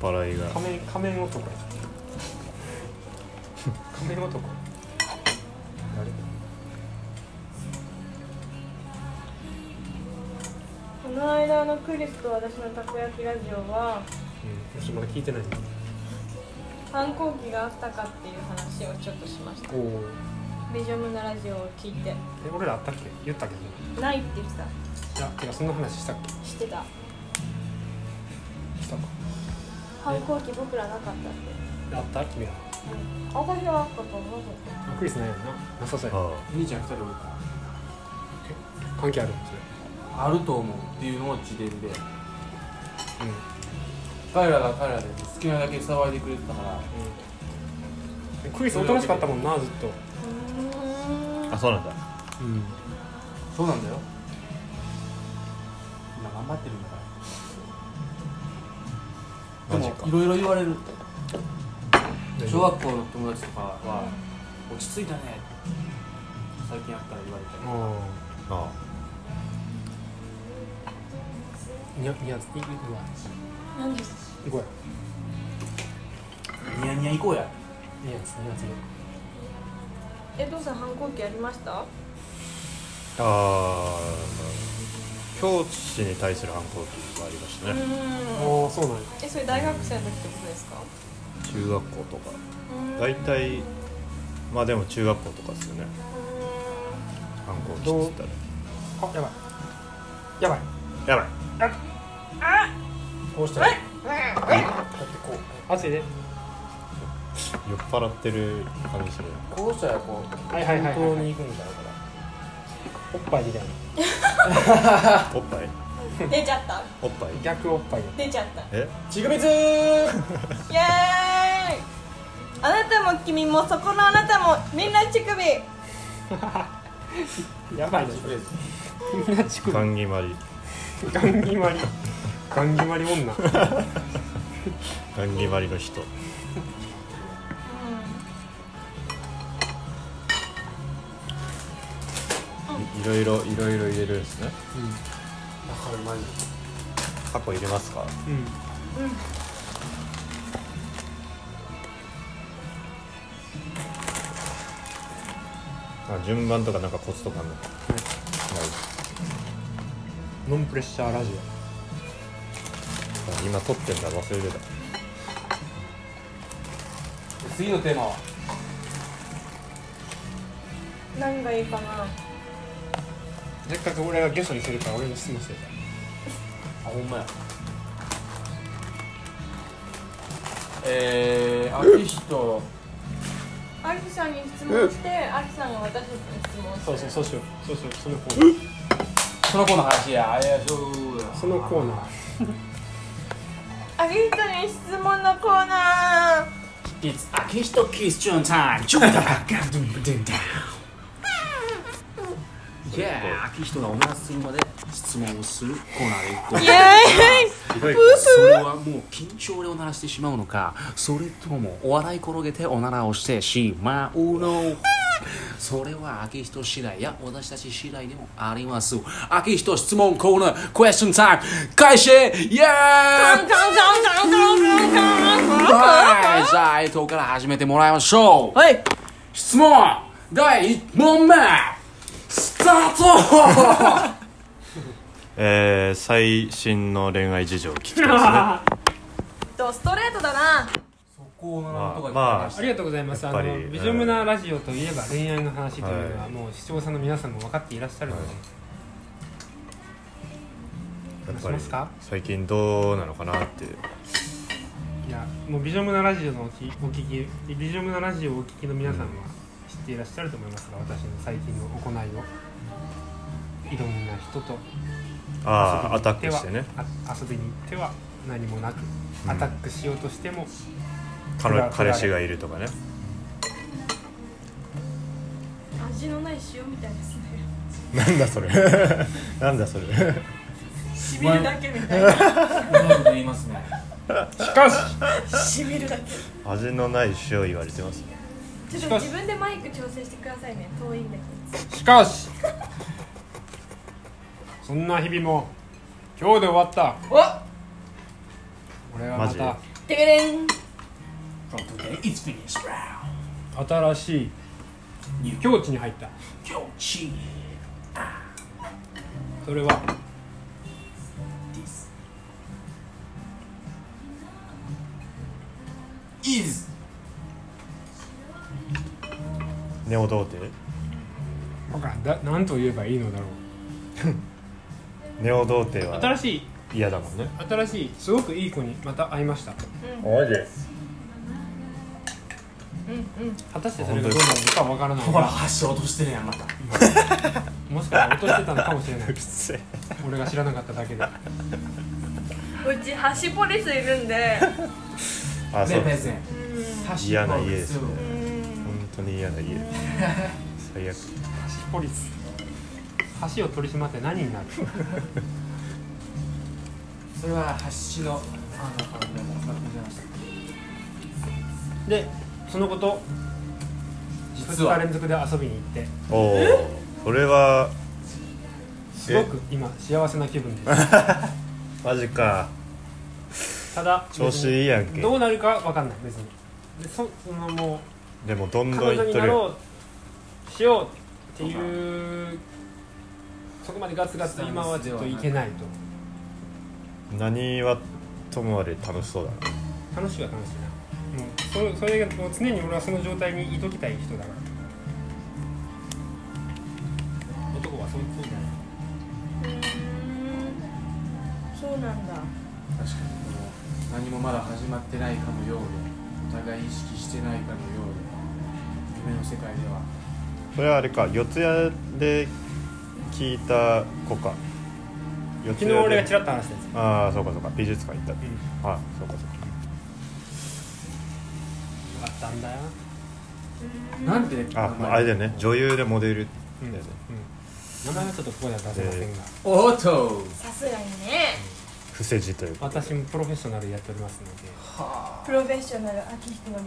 Speaker 6: 払いが
Speaker 4: 仮面仮面男や仮面男誰
Speaker 1: この間のクリスと私のたこ焼きラジオは
Speaker 4: うん、ちょっとまだ聞いてないな
Speaker 1: 反抗期があったかっていう話をちょっとしました
Speaker 4: おお
Speaker 1: ビジョムのラジオを聞いて
Speaker 4: え俺らあったっけ言ったっけど
Speaker 1: ないって言ってた
Speaker 4: いやてかそんな話したっ
Speaker 1: してた
Speaker 4: けしたか
Speaker 1: 反抗期僕らなかったって
Speaker 4: あった君ら
Speaker 1: 私はあったと思うけど
Speaker 4: あクリスないよななさそうやな
Speaker 6: あ
Speaker 2: 兄ちゃん2人おるか
Speaker 4: 関係ある
Speaker 2: らあると思うっていうのを自伝で
Speaker 4: それうん
Speaker 2: 彼らが彼らで好きなだけ騒いでくれてたから
Speaker 4: うんクリスおとなしかったもんなずっと
Speaker 6: ああそうなんだ
Speaker 4: うん
Speaker 2: そうなんだよ今頑張ってるんだから
Speaker 6: マジ
Speaker 2: で
Speaker 6: か
Speaker 2: もいろいろ言われる小学校の友達とかは「落ち着いたね」最近あったら言われたり
Speaker 4: あ
Speaker 6: あ
Speaker 4: あいやいやいいいくわ
Speaker 1: 何です
Speaker 4: いこうや
Speaker 2: ニヤニヤ行こうや
Speaker 4: いいやついいやつ
Speaker 1: えどうさん反抗期ありました
Speaker 6: あー教師に対する反抗期がありました
Speaker 1: ん
Speaker 6: ね
Speaker 4: ああそうなんや
Speaker 1: えそれ大学生の時ってことですか
Speaker 6: 中学校とか大体まあでも中学校とかですよね反抗期っつったら
Speaker 4: あやばいやばい
Speaker 6: やばい
Speaker 4: こうしたらだってこう汗で
Speaker 6: 酔っ払ってる感じする
Speaker 2: こうしたらこう
Speaker 4: はいはいはい
Speaker 2: 本当
Speaker 4: に行くんだよこれおっぱいみたいな
Speaker 6: おっぱい
Speaker 1: 出ちゃった
Speaker 6: おっぱい
Speaker 4: 逆おっぱい
Speaker 1: 出ちゃった
Speaker 6: え
Speaker 2: ちぐみつ
Speaker 1: イエーイあなたも君もそこのあなたもみんな乳首
Speaker 4: やばいなそれみんな乳首
Speaker 6: カンギマリ
Speaker 4: ガンギマリガンギマリ女
Speaker 6: ガンギバリの人いいろいろいろいろ入れるんですね
Speaker 2: 中うまいの
Speaker 6: タコ入れますかあ順番とかなんかコツとかあるのか
Speaker 4: ノンプレッシャーラジ
Speaker 6: はいあ今撮ってんだ忘れてた
Speaker 2: 次のテーマは
Speaker 1: 何がいいかな
Speaker 4: オせっかく俺がゲストにするから俺の質問して
Speaker 2: あほんまやえー、秋人
Speaker 1: アリスさんに質問してアリスさんが私たちに質問する
Speaker 4: そうそうそうしようそうしようそのコ
Speaker 2: その子
Speaker 4: ーナー
Speaker 2: の話やあれやしょうや
Speaker 4: そのコーナー
Speaker 1: アリスさんに質問のコーナー
Speaker 2: It's 秋人キッチョンタイムチョンダガンドゥンブドゥンダウン Yeah 秋人がおならするまで質問をするコーナーでござい
Speaker 1: イエーイ
Speaker 6: ひどい
Speaker 2: ますそれはもう緊張でおならしてしまうのかそれともお笑い転げておならをしてしまうのかそれは秋人次第や私たち次第でもあります秋人質問コーナークエスチョンタイム開始 Yeah!
Speaker 1: カンカンカンカンカンカンカン
Speaker 2: はい、じゃあ、えっとから始めてもらいましょう。
Speaker 1: はい
Speaker 2: 質問第1問目スタート
Speaker 6: えー、最新の恋愛事情を聞き たいですねま
Speaker 1: とストレートだな
Speaker 2: そこをな
Speaker 6: あま
Speaker 4: ありがとうございます。
Speaker 6: や
Speaker 4: あ
Speaker 6: っぱり
Speaker 4: のビジョムナラジオといえば恋愛の話というのはもう視聴者の皆さんも分かっていらっしゃるので、
Speaker 6: あや
Speaker 4: 話
Speaker 6: っぱ
Speaker 4: しま
Speaker 6: り
Speaker 4: すか
Speaker 6: 最近どうなのかなっていう
Speaker 4: い、やもうビジョムナラジオのおきお聞きビジョムナラジオをお聞きの皆さんは知っていらっしゃると思いますが、私の最近の行いをいろんな人と
Speaker 6: ああアタッ
Speaker 4: で
Speaker 6: ク
Speaker 4: は
Speaker 6: してね
Speaker 4: あ遊びに行っては何もなく、
Speaker 6: うん
Speaker 4: アタックしようとしても
Speaker 6: 彼
Speaker 4: フラ
Speaker 6: 彼氏がいるとかね
Speaker 1: 味のない塩みたいですね
Speaker 6: なんだそれ なんだそれ
Speaker 1: しみるだけみたいな
Speaker 2: 言いますね。
Speaker 1: しみるだけ
Speaker 6: 味のない塩言われてます
Speaker 1: ちょっと自分でマイク調整してくださいね遠いんだけ
Speaker 4: しかしそんな日々も今日で終わった
Speaker 1: どおっ
Speaker 4: 俺はま
Speaker 6: マジ
Speaker 4: た
Speaker 1: てけれん
Speaker 2: From today, it's finished round.
Speaker 4: 新しい境地に入った
Speaker 2: よし
Speaker 4: それは
Speaker 2: This is
Speaker 6: ネオ童貞
Speaker 4: なんかだなんと言えばいいのだろう
Speaker 6: ネオ童貞は
Speaker 4: 新しい
Speaker 6: 嫌だもんね
Speaker 4: 新しいすごくいい子にまた会いました
Speaker 6: マジ
Speaker 4: 果たしてそれがどうなるのかわからないが
Speaker 2: 箸落としてるやん、また。
Speaker 4: もしかしたら落としてたのかもしれな
Speaker 6: う
Speaker 4: い
Speaker 6: るせえ
Speaker 4: 俺が知らなかっただけで
Speaker 1: うちハシポリスいるんで
Speaker 6: あそう
Speaker 2: ペゼン。
Speaker 6: 嫌な家ですね本当に嫌 な家最悪
Speaker 4: ポリス橋を取り締まって何になる
Speaker 2: それは箸の、あの、あの、あの、
Speaker 4: でそのこと
Speaker 2: 実
Speaker 4: 2日
Speaker 2: は、
Speaker 4: 連続で遊びに行って
Speaker 6: おおそれは
Speaker 4: すごく今幸せな気分です
Speaker 6: マジか
Speaker 4: ただ
Speaker 6: 調子いいやんけ
Speaker 4: どうなるかわかんない別にでそそのもう
Speaker 6: でもどんど
Speaker 4: 彼
Speaker 6: ん
Speaker 4: 女
Speaker 6: いっ
Speaker 4: に
Speaker 6: と
Speaker 4: な
Speaker 6: るよ
Speaker 4: ろうしようっていうそこまでガツガツ今はちょっといけないと
Speaker 6: 何はともあれ楽しそうだな
Speaker 4: 楽しいは楽しいなもうそそれがもう常に俺はその状態にいときたい人だから男はそういう風じゃない
Speaker 1: そうなんだ
Speaker 2: 確かにこの何もまだ始まってないかのようでお互い意識してないかのようで夢の世界では
Speaker 6: それはあれか四谷で聞いた子か四
Speaker 4: 昨日俺がち
Speaker 6: ら
Speaker 4: らっと話したや
Speaker 6: ああそうかそうか美術館行った、あそうかそうか
Speaker 4: つあったんだよ
Speaker 2: なんで
Speaker 6: ああれだよね女優でモデルだよね、
Speaker 4: うん名前はちょっとここでは出せませんが、
Speaker 2: おっと
Speaker 1: さすがにね
Speaker 6: 不世辞ということで
Speaker 4: 私もプロフェッショナルやっておりますので
Speaker 1: プロフェッショナル秋彦の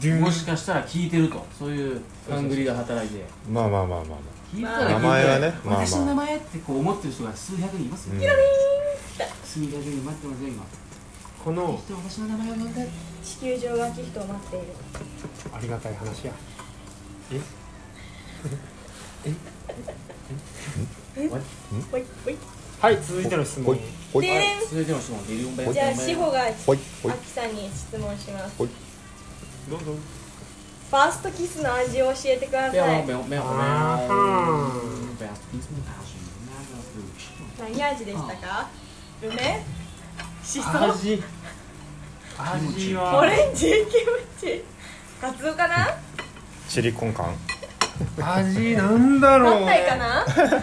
Speaker 1: 流
Speaker 2: もしかしたら聞いてるとそういう勘繰りが働いて
Speaker 6: まあまあまあまあま
Speaker 2: 聞いたら聞いたら
Speaker 6: 名前はねまあまあ
Speaker 2: 私の名前ってこう思ってる人が数百人いますよ、数百人待ってますよ今
Speaker 4: この
Speaker 2: 人私の名前を呼んで
Speaker 1: 儀地球上が秋人を待っている
Speaker 4: ありがたい話や
Speaker 1: ほいほい
Speaker 4: はい続いての質
Speaker 6: ほ
Speaker 4: 問
Speaker 6: いほい
Speaker 1: で
Speaker 6: ほい
Speaker 1: ーん
Speaker 2: それでも質問出るよんば
Speaker 1: じゃあ志保が
Speaker 6: ほい
Speaker 1: 秋さんに質問します
Speaker 6: ほい
Speaker 4: どうぞ
Speaker 1: ファーストキスの味を教えてくださ
Speaker 2: 不要
Speaker 1: い
Speaker 2: 不要不要
Speaker 4: あー
Speaker 2: 不要
Speaker 1: 何味でしたか梅しそ
Speaker 2: 味
Speaker 4: 味
Speaker 1: オ
Speaker 4: は
Speaker 1: レンジキムチカツオかな
Speaker 6: チリコン感
Speaker 4: 味なんだろう
Speaker 1: 何体
Speaker 4: ね
Speaker 1: かな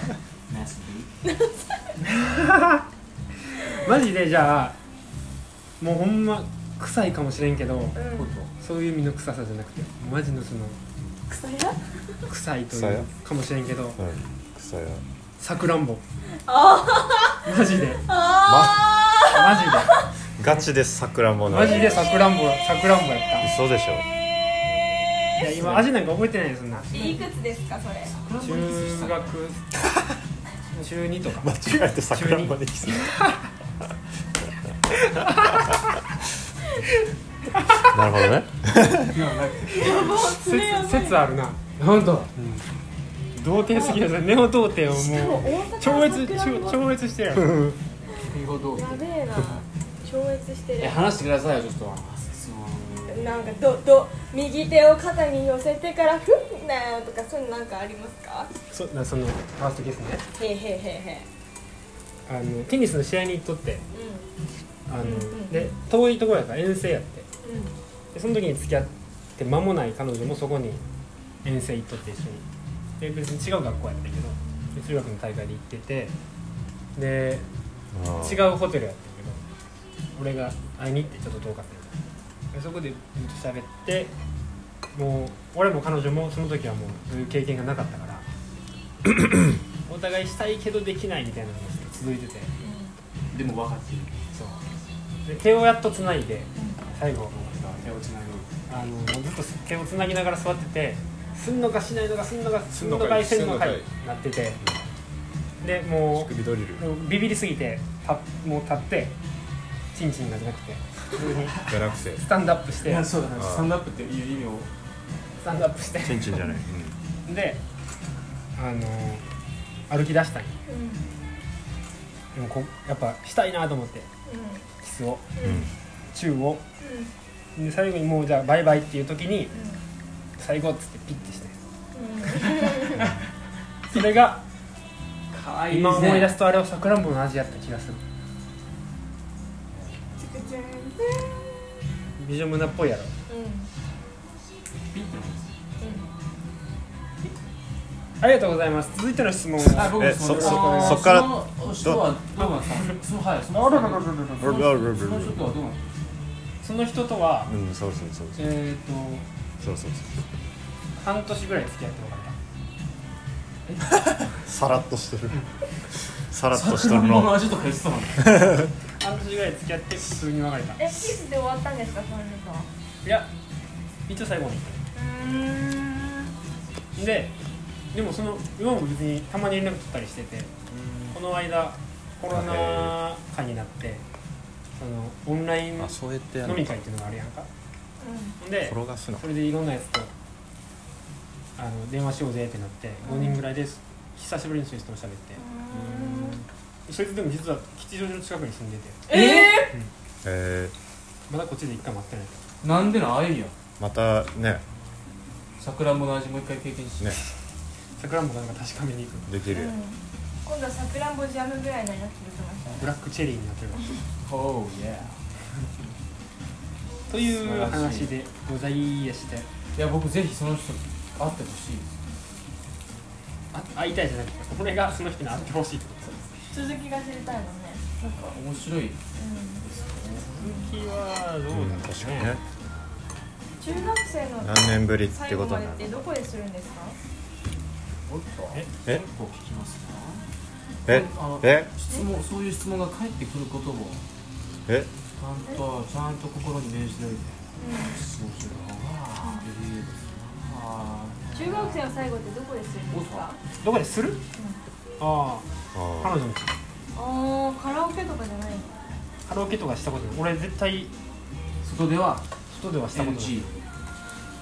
Speaker 4: マジでじゃあもうほんま臭いかもしれんけど
Speaker 1: うん
Speaker 4: そういう身の臭さじゃなくてマジのその
Speaker 1: 臭いな
Speaker 4: 臭いとい
Speaker 6: 臭いう
Speaker 4: かもしれんけど
Speaker 6: うん草や
Speaker 4: さくらんぼマジで
Speaker 1: あー
Speaker 4: マジで
Speaker 6: ガチで桜もな
Speaker 4: マ
Speaker 6: い
Speaker 4: ジでさくらんぼさくらんぼやったい
Speaker 6: 嘘でしょ
Speaker 4: や今味なんか覚えてないよそんな
Speaker 1: えいくつですかそれ
Speaker 4: 中学中二とか
Speaker 6: 間違えて桜まで来た なるほどね
Speaker 1: それやばい
Speaker 4: 説あるな
Speaker 2: 本当
Speaker 4: 童貞すぎるネオ童貞
Speaker 1: しか
Speaker 4: を
Speaker 1: も
Speaker 4: もう
Speaker 1: 大阪
Speaker 4: 超越
Speaker 1: の桜も
Speaker 4: 超超越してるやん
Speaker 2: 英語どう
Speaker 1: やべえな超越してる
Speaker 2: え話してくださいよちょっと
Speaker 1: なんかどど右手を肩に寄せてからふんなよとかそういうのなんかありますか
Speaker 4: そなそのファーストキスね
Speaker 1: へえへえへ
Speaker 4: あのテニスの試合に行っとって
Speaker 1: えへえ
Speaker 4: あの、
Speaker 1: うんうん
Speaker 4: で遠いところやから遠征やって
Speaker 1: うんうん
Speaker 4: でその時に付き合って間もない彼女もそこに遠征行っとって一緒にで別に違う学校やったけどで中学の大会で行っててで違うホテルやったけど俺が会いに行ってちょっと遠かったよでそこでずっと喋ってもう俺も彼女もその時はもうそういう経験がなかったから お互いしたいけどできないみたいなのが続いてて
Speaker 2: でも分かってる
Speaker 4: そうで手をやっとつないで最後はもう
Speaker 2: 手をつなぐ
Speaker 4: あのもうずっと手をつなぎながら座っててすんのかしないのかすんのかすんのかいせんのかいなっててでもう
Speaker 6: 首ドリル
Speaker 4: もうビビりすぎてたもう立ってチンチンがじゃなくて普通に
Speaker 6: じゃなくて
Speaker 4: スタンドアップして
Speaker 2: いや
Speaker 4: ス
Speaker 2: そうだね
Speaker 6: あー
Speaker 2: スタンドアップっていう意味を
Speaker 4: タンドアップして
Speaker 6: チンチンじゃない
Speaker 4: であの歩き出したんよでもこやっぱしたいなと思ってキスを
Speaker 6: うんうん
Speaker 4: チューをで最後にもうじゃあバイバイっていう時に最後っつってピッてしてそれが
Speaker 2: かわ
Speaker 4: 今思い出すとあれはさくらんぼの味やった気がするビジョムナっぽいやろありがとうございます続いての質問は
Speaker 2: あ僕も
Speaker 6: えそ
Speaker 2: の
Speaker 6: そ
Speaker 2: あー
Speaker 6: そっから
Speaker 2: その人はどうなんですかそのはいその
Speaker 4: あ
Speaker 2: そ
Speaker 4: らら
Speaker 2: の
Speaker 4: ららら
Speaker 2: そのその人はどうなんですか
Speaker 4: その人とは
Speaker 6: うんそうそうそうそう
Speaker 4: えっ、
Speaker 6: そうそうそ
Speaker 4: と半年ぐらい付き合ってもらった
Speaker 6: うさらっとしてるさらっとし
Speaker 2: 桜
Speaker 6: てる
Speaker 2: の
Speaker 6: の
Speaker 2: 味とか言ってたのに
Speaker 4: 半年ぐらい付き合って普通に別れた
Speaker 1: え、キスで終わったんですか、その人は。
Speaker 4: いや一応最後にででもその今も別にたまに連絡取ったりしててこの間コロナ禍になってそのオンライン飲
Speaker 6: そうやってや
Speaker 4: み会っていうのがあるやんかほんで
Speaker 6: 転がすな
Speaker 4: それでいろんなやつとあの電話しようぜってなって
Speaker 1: うん
Speaker 4: 5人ぐらいです久しぶりにそういう人と喋ってそいつでも実は吉祥寺の近くに住んでて
Speaker 1: え
Speaker 6: え
Speaker 4: まだこっちで一回待ってない
Speaker 2: なんでなんあゆみや
Speaker 6: ー、またね
Speaker 2: 桜もの味もう一回経験して
Speaker 6: ね
Speaker 4: さくらんぼかなんか確かめに行く
Speaker 6: できるよ
Speaker 1: 今度はさくらんぼジャムぐらいのやつ出てましたね
Speaker 4: ブラックチェリーになってるわ
Speaker 2: おーイエ
Speaker 4: という話でございまして
Speaker 2: ーいや僕ぜひその人に会ってほしい
Speaker 4: あ会いたいじゃなくて俺がその人に会ってほしいってこと
Speaker 1: 続きが知りたいもんね
Speaker 2: なんか面白
Speaker 1: う
Speaker 2: い
Speaker 1: ん
Speaker 4: 続きはどう
Speaker 6: うん
Speaker 4: だろ
Speaker 6: 確
Speaker 4: う
Speaker 6: かに
Speaker 4: ね
Speaker 6: ね
Speaker 1: 中
Speaker 7: 中学生の
Speaker 6: 何年ぶりって
Speaker 7: 最
Speaker 6: こ
Speaker 7: 後
Speaker 6: と
Speaker 7: ま
Speaker 6: に
Speaker 7: でっ
Speaker 6: なる
Speaker 7: てどこでするんですか
Speaker 6: え
Speaker 2: 構聞きますね
Speaker 6: え
Speaker 2: あの
Speaker 6: え
Speaker 2: 質問そういう質問が返ってくることをち
Speaker 6: え
Speaker 2: ゃんとちゃんと心に銘じておいて質問する方がいいですな
Speaker 7: 中学生の最後ってどこでするんですか
Speaker 4: どこでするああ
Speaker 6: あ
Speaker 4: 彼女の
Speaker 7: ああカラオケとかじゃないの
Speaker 4: カラオケとかしたことない俺絶対
Speaker 2: 外では
Speaker 4: 外ではしたことない
Speaker 2: NG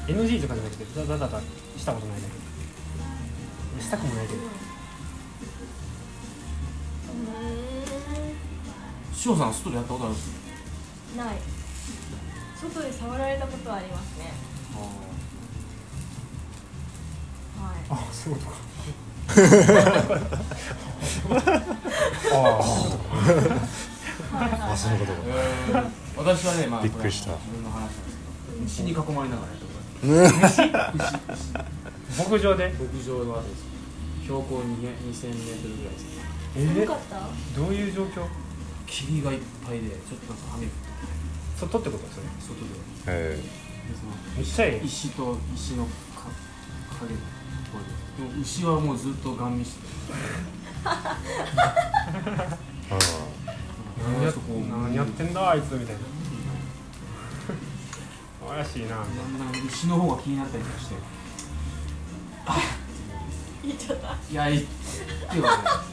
Speaker 4: NG とかじゃなくてダダダダしたことないだけしたくもないけど
Speaker 2: しおさん外でやったことあるんですか
Speaker 7: ない外で触られたことはありますねはい
Speaker 4: あそういうことか
Speaker 6: ああそのことか
Speaker 2: えー私はねまあ
Speaker 6: びっくりした
Speaker 2: これは自分の話なんですけど虫に囲まれながらやったことある
Speaker 4: 牧場で
Speaker 2: 牧場のあるんですよ標高2 0 0 0メートルぐらいです
Speaker 7: 寒
Speaker 4: え
Speaker 7: か った
Speaker 4: どういう状況
Speaker 2: 霧がいっぱいでちょっとなんか雨降って
Speaker 4: 外ってことそれ
Speaker 2: 外で
Speaker 6: え
Speaker 2: でその
Speaker 4: めっちゃええ
Speaker 2: 石と石のか影のところででも牛はもうずっとガン見してて
Speaker 6: えあ
Speaker 4: 何や
Speaker 2: そこを
Speaker 4: 何やってんだあいつみたいな怪しいな
Speaker 2: だんだん牛の方が気になったりとかしてあっいやいってはね
Speaker 6: あ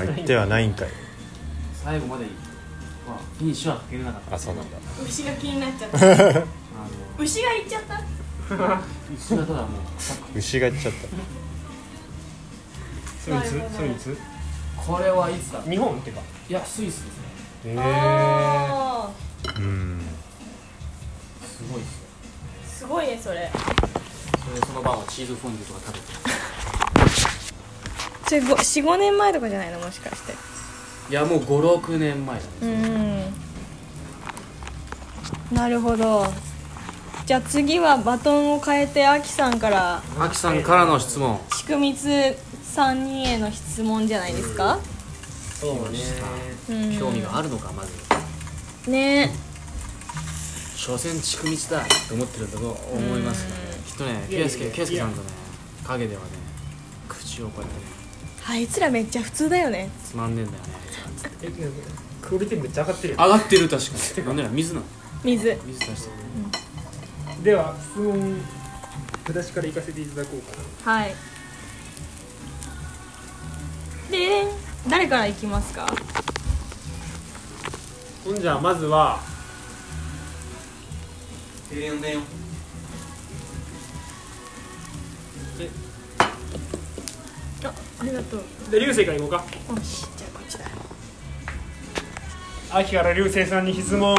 Speaker 6: あ言ってはないんかい
Speaker 2: 最後までまあフィニッシュはかけれなかった
Speaker 6: あそうなんだ
Speaker 7: 牛が気になっちゃった
Speaker 2: あの
Speaker 7: 牛が行っちゃった
Speaker 2: 牛がただもう臭くて
Speaker 6: 牛が言っちゃった
Speaker 4: それいつそれいつ
Speaker 2: これはいつだ
Speaker 4: 日本ってか
Speaker 2: いやスイスですね
Speaker 4: へえ
Speaker 7: あ
Speaker 6: うん
Speaker 2: すごいっす
Speaker 7: ーす
Speaker 2: よ
Speaker 7: ごいねそれ
Speaker 2: それでその晩はチーズフォンデュとか食べて
Speaker 1: それ45年前とかじゃないのもしかして
Speaker 2: いやもう56年前だね
Speaker 1: うんなるほどじゃあ次はバトンを変えてアキさんから
Speaker 2: アキさんからの質問
Speaker 1: 仕組みつさんにへの質問じゃないですか
Speaker 2: そうね
Speaker 1: うん
Speaker 2: 興味があるのかまず
Speaker 1: ね
Speaker 2: 所詮ちくみちだと思ってると思いますねきっとね
Speaker 4: いやいや
Speaker 2: 圭介圭介さんとね陰ではね口をこうやってね
Speaker 1: あいつらめっちゃ普通だよね
Speaker 2: つまんでんだよね
Speaker 4: えなんかクオリティめっちゃ上がってるよ
Speaker 2: 上がってる確かにてかね水なの
Speaker 1: 水
Speaker 2: 水出してる
Speaker 4: では質問私から行かせていただこうかな
Speaker 1: はいでれん誰から行きますか
Speaker 4: ほんじゃまずは
Speaker 1: あありがとう
Speaker 4: じゃ流星から行こうか
Speaker 1: よしじゃあこっちだ
Speaker 4: 秋から流星さんに質問
Speaker 6: う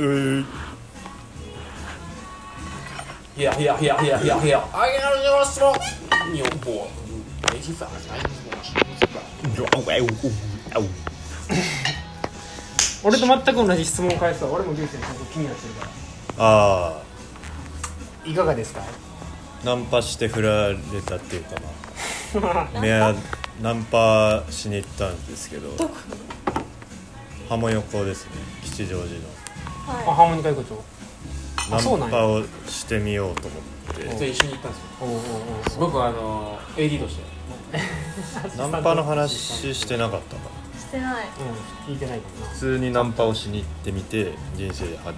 Speaker 6: ー
Speaker 2: いやいやいやいやいやいやあげられる質問日本語没法来
Speaker 4: 俺と全く同じ質問を返すわ俺も流星のこと気になってるか
Speaker 6: あ
Speaker 4: らいかがですか
Speaker 6: あナンパして振られたっていうか なメアナンパしに行ったんですけどハモ横ですね吉祥寺の
Speaker 4: あハーモニカ横丁
Speaker 6: ナ
Speaker 4: あそうなん
Speaker 6: ン
Speaker 4: や
Speaker 6: パをしてみようと思って
Speaker 2: 一緒に行ったんですよ
Speaker 4: おうおうおう
Speaker 2: 僕あの AD として
Speaker 6: ナンパの話してなかったか
Speaker 7: してない
Speaker 4: うん聞いてないかもな
Speaker 6: 普通にナンパをしに行ってみて人生では
Speaker 4: う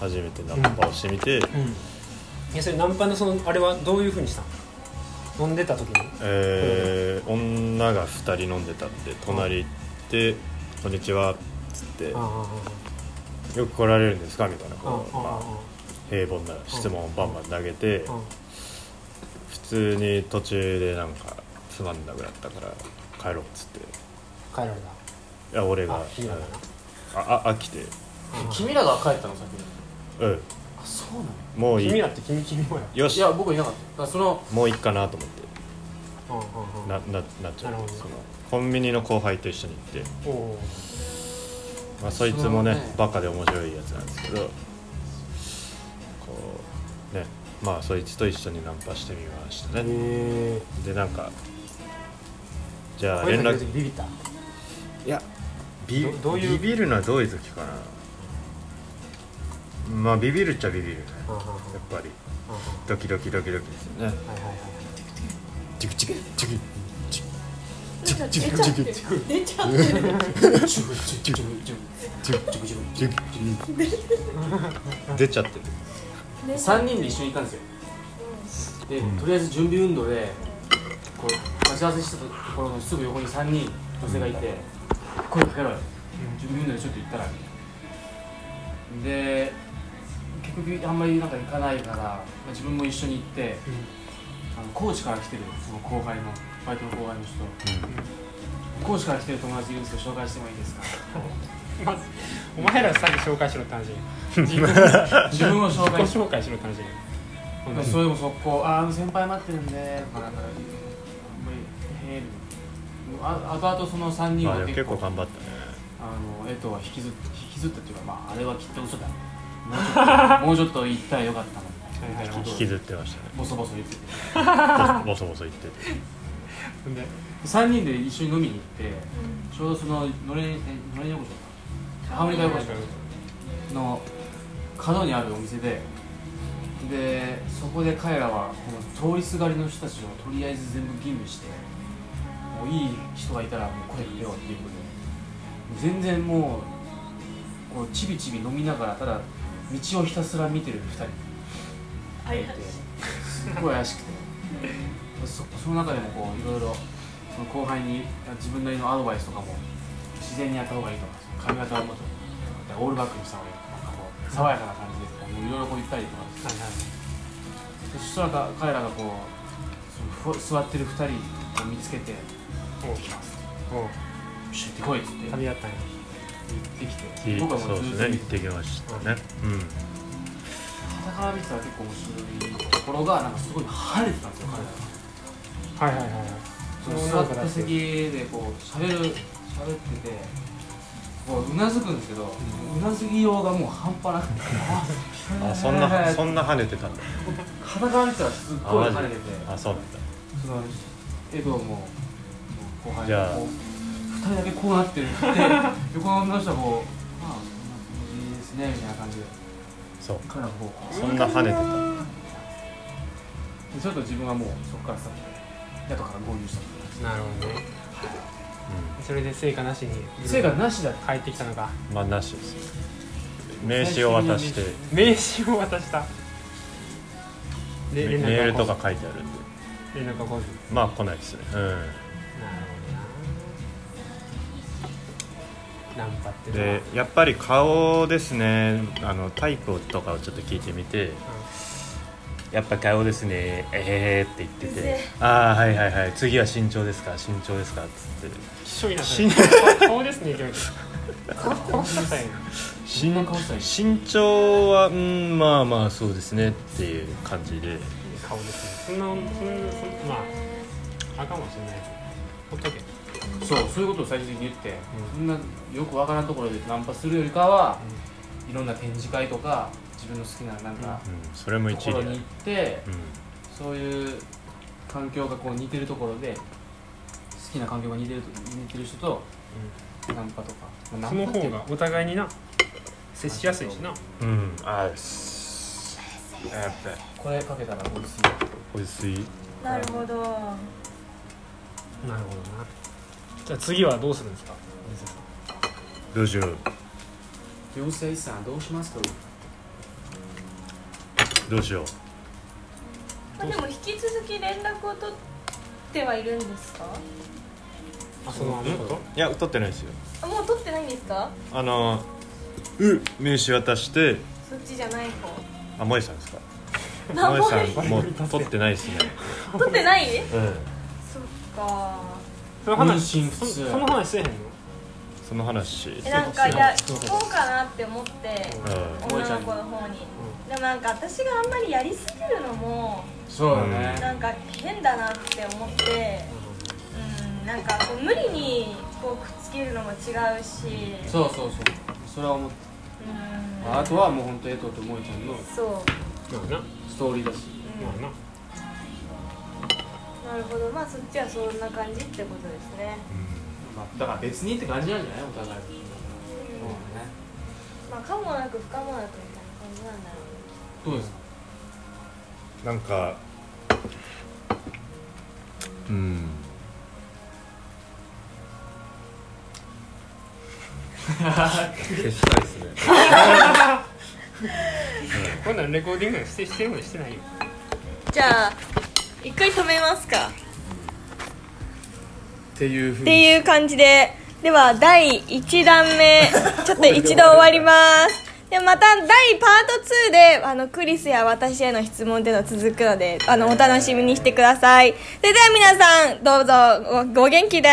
Speaker 6: 初めてナンパをしてみて、
Speaker 4: んうんいやそれナンパのそのあれはどういうふうにしたの飲んでた時に
Speaker 6: えー女が2人飲んでたって隣行って「こんにちは」っつって
Speaker 4: ああ
Speaker 6: 「よく来られるんですか?」みたいな
Speaker 4: あああ
Speaker 6: こう
Speaker 4: ああ
Speaker 6: まあ平凡な質問をバンバン投げて
Speaker 4: ああ
Speaker 6: 普通に途中でなんかつまんなくなったから帰ろうっつってい
Speaker 4: 帰られ
Speaker 6: や俺
Speaker 4: た
Speaker 6: が
Speaker 4: あヒーローだな
Speaker 6: ああ飽きて
Speaker 2: 君らが帰ったの先に
Speaker 6: うん
Speaker 2: あそうなの
Speaker 6: もうい
Speaker 4: 君
Speaker 6: い
Speaker 4: だって君君もや
Speaker 6: よ
Speaker 2: い
Speaker 6: し
Speaker 2: や僕いなかっただからそ の
Speaker 6: もういいかなと思って
Speaker 4: あああああ
Speaker 6: なななっちゃう
Speaker 4: なるほど
Speaker 6: そのコンビニの後輩と一緒に行って、
Speaker 4: おお
Speaker 6: まあ、そいつもね
Speaker 2: そうね
Speaker 6: バカで面白いやつなんですけどこうねまあそいつと一緒にナンパしてみましたね
Speaker 4: へえ
Speaker 6: でなんかじゃあ
Speaker 4: 連
Speaker 6: 連
Speaker 4: 絡
Speaker 6: 絡
Speaker 4: ビビった
Speaker 6: いやビ
Speaker 4: どどういう
Speaker 6: ビビるのはどういう時かなまあビビるっちゃビビるや
Speaker 2: うんうんうん
Speaker 6: っぱりドキドキドキドキですよね
Speaker 2: はいはいはい
Speaker 6: チクチクチクチク
Speaker 7: 出ちゃってる出ちゃってる
Speaker 6: チク出ちゃってる
Speaker 7: 出ちゃっ
Speaker 2: 3人で一緒に行ったんですよでとりあえず準備運動でこう待ち合わせしたところのすぐ横に3人女性がいて「声かけろよ準備運動でちょっと行ったら」で結局あんまりなんか行かないから、まあ、自分も一緒に行って、あの高知から来てるその後輩のバイトの後輩の人、高知から来てる友達いるんですけど紹介してもいいですか
Speaker 4: お前らさっき紹介しろって話
Speaker 2: 自分を紹
Speaker 4: 自
Speaker 2: 介
Speaker 4: 己
Speaker 2: し
Speaker 4: 紹介しろって話
Speaker 2: まあそれでも速攻、あーあの先輩待ってるんで、まあ、なんか、あんまり、へえ、ああとあとその3人
Speaker 6: ま
Speaker 2: は
Speaker 6: あでも
Speaker 2: 結
Speaker 6: 結
Speaker 2: 構、
Speaker 6: 構
Speaker 2: あ
Speaker 6: 頑張ったね
Speaker 2: の江藤は引きずっ引きずったっていうか、まあ、あれはきっと嘘だ、もうちょっともうちょっと言ったらよかったのに、
Speaker 4: はいはい
Speaker 6: 引きずってまし
Speaker 2: ボソボソ言ってて、
Speaker 6: たねボソボソ言ってて
Speaker 4: ほんで
Speaker 2: 3人で一緒に飲みに行って、ちょうどその、のれん、えのれん横丁か、ハムリカ横丁の角にあるお店で、で、そこで彼らはこの通りすがりの人たちをとりあえず全部吟味して、もういい人がいたらもう声かけようっていうことで、全然もう、こうちびちび飲みながら、ただ道をひたすら見てる2人
Speaker 7: たはい
Speaker 2: がいて、すっごい怪しくて、そその中でもこういろいろその後輩に自分なりのアドバイスとかも自然にやった方がいいとか、髪型はもっとオールバックにした方がいいとか、なんかこう爽やかな感じでとか、もういろいろこう言ったりとかして。そしたらか彼らがこうそのふ座ってる2人を見つけて
Speaker 4: おうおう
Speaker 2: 「シュッてこい」っつって
Speaker 4: 旅だったんや
Speaker 2: 言ってき
Speaker 6: い
Speaker 2: て
Speaker 6: い
Speaker 2: 僕はも
Speaker 6: そう
Speaker 2: う
Speaker 6: で
Speaker 2: ずっ
Speaker 6: す
Speaker 2: と
Speaker 6: ね
Speaker 2: 見
Speaker 6: 行っててきましたねうん
Speaker 2: 傍から見てたら結構面白いところがなんかすごい晴れてたんですよ彼らが
Speaker 4: はいはいはいはい
Speaker 2: その座った席でこう喋る喋っててこううなずくんですけどうなずきようがもう半端なくて
Speaker 6: あそんなそんな跳ねてたんだ
Speaker 2: 傍から見てたらすっごい
Speaker 6: あマ
Speaker 2: 晴れ
Speaker 6: ジ
Speaker 2: てて
Speaker 6: あそうなんだ
Speaker 2: そのエドも後輩
Speaker 6: じゃあ
Speaker 2: も2人だけこうなってる って横の人はこうまあそんな感じですねみたいな感じで
Speaker 6: そう
Speaker 2: 彼らはこう
Speaker 6: そんな跳ねてた
Speaker 2: でちょっと自分はもうそこからスタートで後から合流した
Speaker 4: なるほどねそれで成果なしに
Speaker 2: 成果なしだっ
Speaker 4: 帰ってきたのか
Speaker 6: まあなしですよ名刺を渡して
Speaker 4: 名刺を渡した
Speaker 6: メ
Speaker 4: で
Speaker 6: メ
Speaker 4: 連絡
Speaker 6: ールと
Speaker 4: が
Speaker 6: か書いてあるんで
Speaker 4: 来ず連絡が来ず
Speaker 6: まあ来ないですねう
Speaker 4: な
Speaker 6: ん
Speaker 4: るほどなナンパってのは
Speaker 6: でやっぱり顔ですねあのタイプとかをちょっと聞いてみて「やっぱ顔ですねええー」って言って
Speaker 7: う
Speaker 6: て
Speaker 7: ぜ
Speaker 6: 「ああはいはいはい次は身長ですか身長ですか」っつって
Speaker 4: きしょいなそ
Speaker 6: しん
Speaker 4: れ顔ですねいき なり顔したいな
Speaker 2: そんな顔したらいい
Speaker 6: 身長はうんまあまあそうですねっていう感じで
Speaker 4: 顔ですねそんなそんなそんなまああかんかもしれないほっとけ
Speaker 2: そうそういうことを最終的に言って、そんなよくわからんところでナンパするよりかは、いろんな展示会とか自分の好きななんか
Speaker 6: うんそれも
Speaker 2: と
Speaker 6: 一
Speaker 2: こ
Speaker 6: 理あ
Speaker 2: ろ
Speaker 6: る
Speaker 2: に行って
Speaker 6: うん
Speaker 2: そういう環境がこう似てるところで好きな環境が似てると似てる人とナンパとか、まあ
Speaker 4: そ
Speaker 2: ナ
Speaker 4: の
Speaker 2: ンパってい
Speaker 4: 方
Speaker 2: うか
Speaker 4: がお互いにな接しやすいしな
Speaker 6: うんあーすやっぱ
Speaker 2: 声かけたら美味しい
Speaker 6: おいしい
Speaker 7: なるほど
Speaker 4: なるほどなじゃあ次はどうするんですか水田さん
Speaker 6: どうしよう
Speaker 2: 両生さんどうしますか
Speaker 6: どうしよう
Speaker 7: まあでも引き続き連絡を取ってはいるんですか
Speaker 4: あそのあのこと
Speaker 6: いや取ってないですよ
Speaker 7: あもう取ってないんですか
Speaker 6: あのう名刺渡して
Speaker 7: そっちじゃない方
Speaker 6: あ萌えさんですか
Speaker 7: なん
Speaker 6: 萌
Speaker 7: も
Speaker 6: えさんもう取ってないですね
Speaker 7: 取ってない
Speaker 6: うん
Speaker 7: そっか
Speaker 4: その話
Speaker 2: 妊娠
Speaker 4: そ
Speaker 2: 普通
Speaker 4: その話せえへんの
Speaker 6: その話
Speaker 7: えなんかいや聞こうかなって思って
Speaker 6: う
Speaker 7: 女の子の方にでもなんか私があんまりやりすぎるのも
Speaker 2: そう
Speaker 6: だ
Speaker 2: だ
Speaker 6: ね
Speaker 2: ね、
Speaker 7: なんか変だなって思ってうんなんかこう無理にこうくっつけるのも違うし
Speaker 2: そうそうそうそれは思って
Speaker 7: うん
Speaker 2: あとはもう本当江藤と萌えちゃんの
Speaker 7: そう
Speaker 4: まあな
Speaker 2: ストーリーだし
Speaker 4: ま
Speaker 7: う
Speaker 4: あなん
Speaker 7: なるほどまあそっちはそんな感じってことですね
Speaker 2: まあだから別にって感じなんじゃないお互い
Speaker 7: まあ可もなく不可もなくみたいな感なんだろう
Speaker 2: どうですか
Speaker 6: なんかうん 消したいですね
Speaker 4: こんなんレコーディングしてしてるのにしてないよ
Speaker 1: じゃあ一回止めますか
Speaker 2: っていうふ
Speaker 1: っ
Speaker 2: うに
Speaker 1: ていう感じででは第1弾目ちょっと一度終わりますでまた第パート2であのクリスや私への質問での続くのであのお楽しみにしてくださいそれでは皆さんどうぞごご元気で